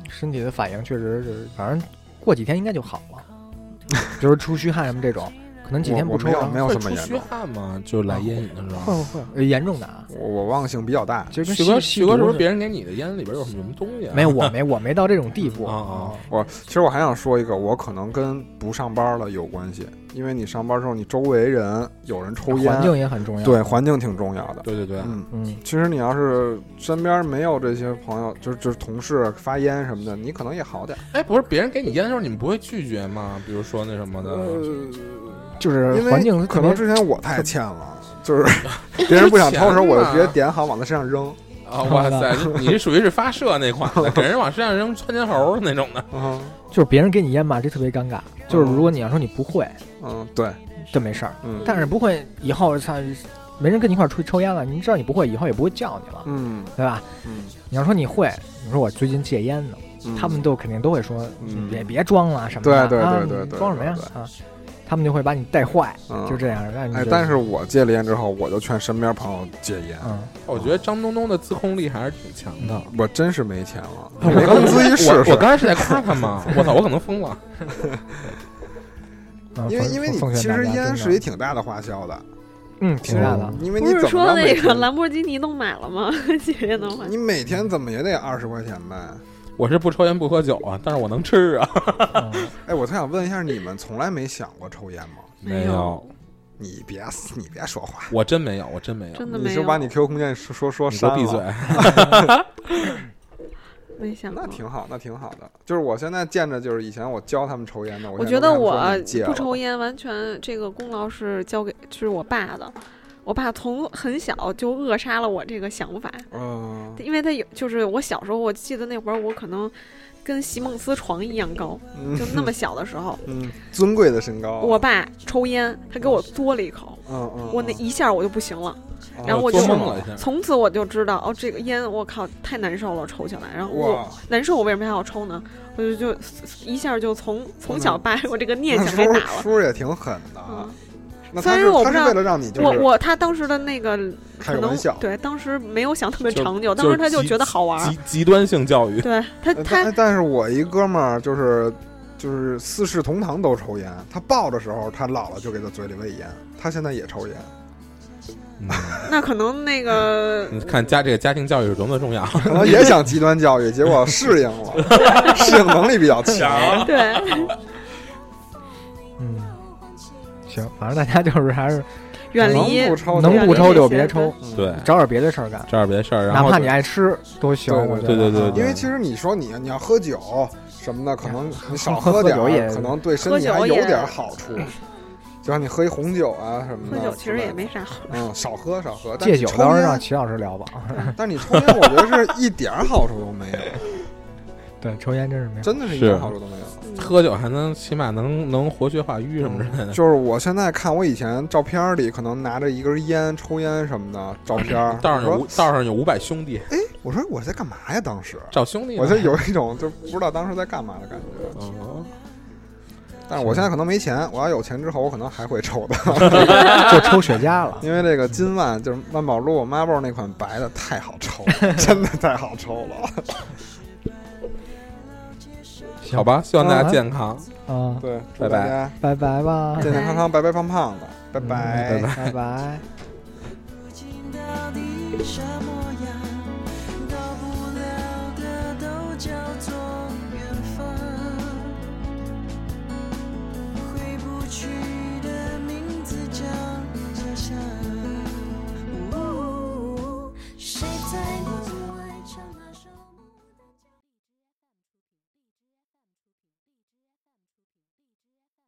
Speaker 3: 身体的反应确实是，反正过几天应该就好 了，就是出虚汗什么这种，可能几天
Speaker 5: 我
Speaker 3: 不
Speaker 5: 我
Speaker 3: 抽
Speaker 5: 没有
Speaker 3: 然后
Speaker 5: 没有
Speaker 6: 会
Speaker 5: 什么
Speaker 6: 出
Speaker 5: 严
Speaker 6: 虚
Speaker 5: 重，
Speaker 6: 汗吗？就来烟瘾的时
Speaker 3: 会会
Speaker 6: 候。
Speaker 3: 会呃严重的啊，
Speaker 5: 我我忘性比较大，
Speaker 3: 其实跟
Speaker 6: 旭哥，
Speaker 3: 吸
Speaker 6: 旭哥是不
Speaker 3: 毒
Speaker 6: 是别人给你的烟里边有什么什么东西啊？
Speaker 3: 没有，我没我没到这种 地步
Speaker 5: 哦
Speaker 3: 嗯
Speaker 6: 啊啊，
Speaker 5: 我其实我还想说一个，我可能跟不上班了有关系，因为你上班之后，你周围人有人抽
Speaker 3: 环
Speaker 5: 烟，
Speaker 3: 境也很重要，
Speaker 5: 对，环境挺重要的。
Speaker 6: 对对对，
Speaker 5: 嗯，
Speaker 3: 嗯，
Speaker 5: 其实你要是身边没有这些朋友，就是就是同事发烟什么的，你可能也好点。
Speaker 6: 哎，不是别人给你烟的时候，你们不会拒绝吗？比如说那什么
Speaker 5: 嗯
Speaker 6: 的，
Speaker 3: 就是
Speaker 5: 因为
Speaker 3: 环境
Speaker 5: 可能
Speaker 3: 特
Speaker 5: 之前我太欠了，就是别人不想抽的时
Speaker 6: 之
Speaker 5: 候，
Speaker 6: 前
Speaker 5: 我
Speaker 6: 嘛
Speaker 5: 就直接点好往他身上扔。
Speaker 6: 啊，哇塞，你这属于是发射那款的，给人往身上扔窜天猴那种的。
Speaker 5: 嗯
Speaker 3: 别就是别人给你烟吧，这特别尴尬，就是如果你要说你不会，
Speaker 5: 嗯，对，
Speaker 3: 这没事儿，
Speaker 5: 嗯
Speaker 3: 但是不会以后操没人跟你一块儿出去抽烟了，你知道你不会，以后也不会叫你了，
Speaker 5: 嗯
Speaker 3: 对吧？
Speaker 5: 嗯，
Speaker 3: 你要说你会，你说我最近戒烟呢。
Speaker 5: 嗯
Speaker 3: 他们都肯定都会说，你
Speaker 5: 嗯
Speaker 3: 别别装了什么的，
Speaker 5: 对对
Speaker 3: 啊
Speaker 5: 对对
Speaker 3: 你
Speaker 5: 对
Speaker 3: 装什么呀
Speaker 5: 对
Speaker 3: 啊？他们就会把你带坏，
Speaker 5: 嗯
Speaker 3: 就这样让你觉
Speaker 5: 哎，
Speaker 3: 得
Speaker 5: 但是我戒了烟之后，我就劝身边朋友戒烟。
Speaker 3: 嗯，
Speaker 6: 我觉得张东东的自控力还是挺强的。
Speaker 5: 我真是没钱了，
Speaker 6: 我
Speaker 5: 没
Speaker 6: 刚
Speaker 5: 工资一试
Speaker 6: 我我
Speaker 5: 试。
Speaker 6: 刚才是在夸他吗？我操，我可能疯了。
Speaker 3: 嗯
Speaker 5: 因为
Speaker 3: 奉
Speaker 5: 因为你
Speaker 3: 奉
Speaker 5: 其
Speaker 3: 劝大
Speaker 5: 实
Speaker 3: 家
Speaker 5: 烟
Speaker 3: 真
Speaker 5: 是一
Speaker 3: 的
Speaker 5: 挺大的花销的，
Speaker 3: 嗯
Speaker 5: 其
Speaker 3: 挺
Speaker 5: 实
Speaker 3: 大的，
Speaker 5: 因为
Speaker 1: 不
Speaker 5: 你
Speaker 1: 是
Speaker 5: 怎么
Speaker 1: 说
Speaker 5: 着每
Speaker 1: 那个
Speaker 5: 天，
Speaker 1: 兰博基尼都买了吗？ 姐姐能买？
Speaker 5: 你每天怎么也得二十块钱呗。
Speaker 6: 我是不抽烟不喝酒啊，但是我能吃啊。
Speaker 3: 嗯
Speaker 5: 哎，我特想问一下，你们从来没想过抽烟吗？
Speaker 1: 没有，
Speaker 5: 你别你别说话，
Speaker 6: 我真没有，我真没有，
Speaker 1: 真的
Speaker 5: 你
Speaker 1: 没
Speaker 5: 就
Speaker 1: 有。
Speaker 5: 把你 QQ 空间说说说
Speaker 6: 你给
Speaker 5: 删
Speaker 6: 我
Speaker 5: 了，
Speaker 6: 闭嘴。
Speaker 1: 没想过
Speaker 5: 那。挺好，那挺好的。就是我现在见着，就是以前我教他们抽烟的，
Speaker 1: 我
Speaker 5: 我
Speaker 1: 觉
Speaker 5: 现
Speaker 1: 得
Speaker 5: 在都跟
Speaker 1: 我
Speaker 5: 他们说你戒
Speaker 1: 不
Speaker 5: 了
Speaker 1: 抽烟，完全这个功劳是交给是我爸的。我爸从很小就扼杀了我这个想法，
Speaker 5: 嗯
Speaker 1: 因为他有就是我小时候，我记得那会儿我可能跟席梦思床一样 高，就那么小的时候，
Speaker 5: 嗯，尊贵的身高。啊
Speaker 1: 我爸抽烟，他给
Speaker 5: 哦
Speaker 1: 我嘬了一口，
Speaker 5: 嗯嗯，
Speaker 1: 我那一下我就不行了，
Speaker 5: 嗯
Speaker 1: 然后我
Speaker 6: 做
Speaker 1: 就
Speaker 6: 梦了一下，
Speaker 1: 从此我就知道哦，这个烟我靠太难受了，抽起来，然后我
Speaker 5: 哇，
Speaker 1: 难受，我为什么还要抽呢？我就就一下就从从小
Speaker 5: 嗯
Speaker 1: 把我这个念
Speaker 5: 那
Speaker 1: 想给
Speaker 5: 叔
Speaker 1: 打了。
Speaker 5: 叔也挺狠的啊
Speaker 1: 嗯。，
Speaker 5: 那
Speaker 1: 虽
Speaker 5: 他
Speaker 1: 然
Speaker 5: 是
Speaker 1: 我
Speaker 5: 他
Speaker 1: 不知
Speaker 5: 是
Speaker 1: 道
Speaker 5: 为了让你就
Speaker 1: 我
Speaker 5: 是
Speaker 1: 我他当时的那个
Speaker 5: 开
Speaker 1: 可
Speaker 5: 个
Speaker 1: 能
Speaker 5: 玩笑，
Speaker 1: 对，当时没有想那么
Speaker 6: 就
Speaker 1: 长久，
Speaker 6: 就
Speaker 1: 当时他
Speaker 6: 是
Speaker 1: 就
Speaker 6: 极
Speaker 1: 觉得好玩儿
Speaker 6: 极。极端性教育，
Speaker 1: 对他
Speaker 5: 呃
Speaker 1: 他
Speaker 5: 但但是我一哥们儿就是就是四世同堂都抽烟，他抱的时候他姥姥就给他嘴里喂烟，他现在也抽烟。
Speaker 1: 那可能那
Speaker 5: 嗯
Speaker 1: 个
Speaker 6: 你看家这个家庭教育是多么重要。啊
Speaker 5: 可能也想极端教育，结果适应了，适应能力比较 强。
Speaker 1: 对，
Speaker 3: 嗯，行，反正大 家就是还是
Speaker 1: 远
Speaker 5: 能
Speaker 1: 离
Speaker 5: 不抽
Speaker 3: 能
Speaker 1: 远
Speaker 3: 不
Speaker 1: 离
Speaker 3: 抽
Speaker 1: 这
Speaker 3: 就
Speaker 1: 些
Speaker 3: 别
Speaker 1: 对
Speaker 3: 抽，
Speaker 5: 嗯
Speaker 6: 对，
Speaker 3: 找点别的事儿干，
Speaker 6: 这儿别事儿，然
Speaker 3: 哪
Speaker 6: 后
Speaker 3: 怕你爱吃都行。
Speaker 5: 对对
Speaker 3: 我觉得
Speaker 6: 对对对
Speaker 3: 啊
Speaker 6: 对
Speaker 5: 因为其实你说你你要喝酒什么的，可 能你少
Speaker 3: 喝
Speaker 5: 点
Speaker 3: 喝酒也
Speaker 5: 儿，可能对身体还有点好处。就像你喝一红酒啊什么
Speaker 1: 喝
Speaker 5: 的，
Speaker 1: 酒其实也没啥好。
Speaker 5: 嗯，少喝少喝。但
Speaker 3: 戒
Speaker 5: 你
Speaker 3: 酒
Speaker 5: 抽
Speaker 3: 到时候让
Speaker 5: 烟，
Speaker 3: 齐老师聊吧。啊
Speaker 5: 但是你抽烟，我觉得是一点儿好处都没有，
Speaker 3: 对，抽烟真是没 有。
Speaker 5: 真的是一点儿好处都没有。
Speaker 1: 嗯
Speaker 6: 喝酒还能起码能能活血化瘀什么之类的。
Speaker 5: 就是我现在看我以前照片儿里，可能拿着一根烟抽烟什么的照片儿，
Speaker 6: 道上有
Speaker 5: 我
Speaker 6: 五
Speaker 5: 说
Speaker 6: 道上有五百兄弟，
Speaker 5: 我说我在干嘛呀？当时
Speaker 6: 找兄弟呢。
Speaker 5: 哎我就有一种就不知道当时在干嘛的感觉。
Speaker 6: 哦，
Speaker 5: 但是我现在可能没钱，我要有钱之后，我可能还会抽的，
Speaker 3: 就抽雪茄了。
Speaker 5: 因为这个金万就是万宝路 Marble 那款白的太好抽了， 真的太好抽了。
Speaker 6: 好吧，希望大
Speaker 5: 啊
Speaker 6: 家健康。
Speaker 3: 啊，
Speaker 5: 对，祝大家
Speaker 3: 拜拜吧，
Speaker 5: 健健康康、白白胖胖的，拜
Speaker 3: 嗯
Speaker 5: 拜。
Speaker 3: 拜拜。
Speaker 7: 无尽的地沙漠。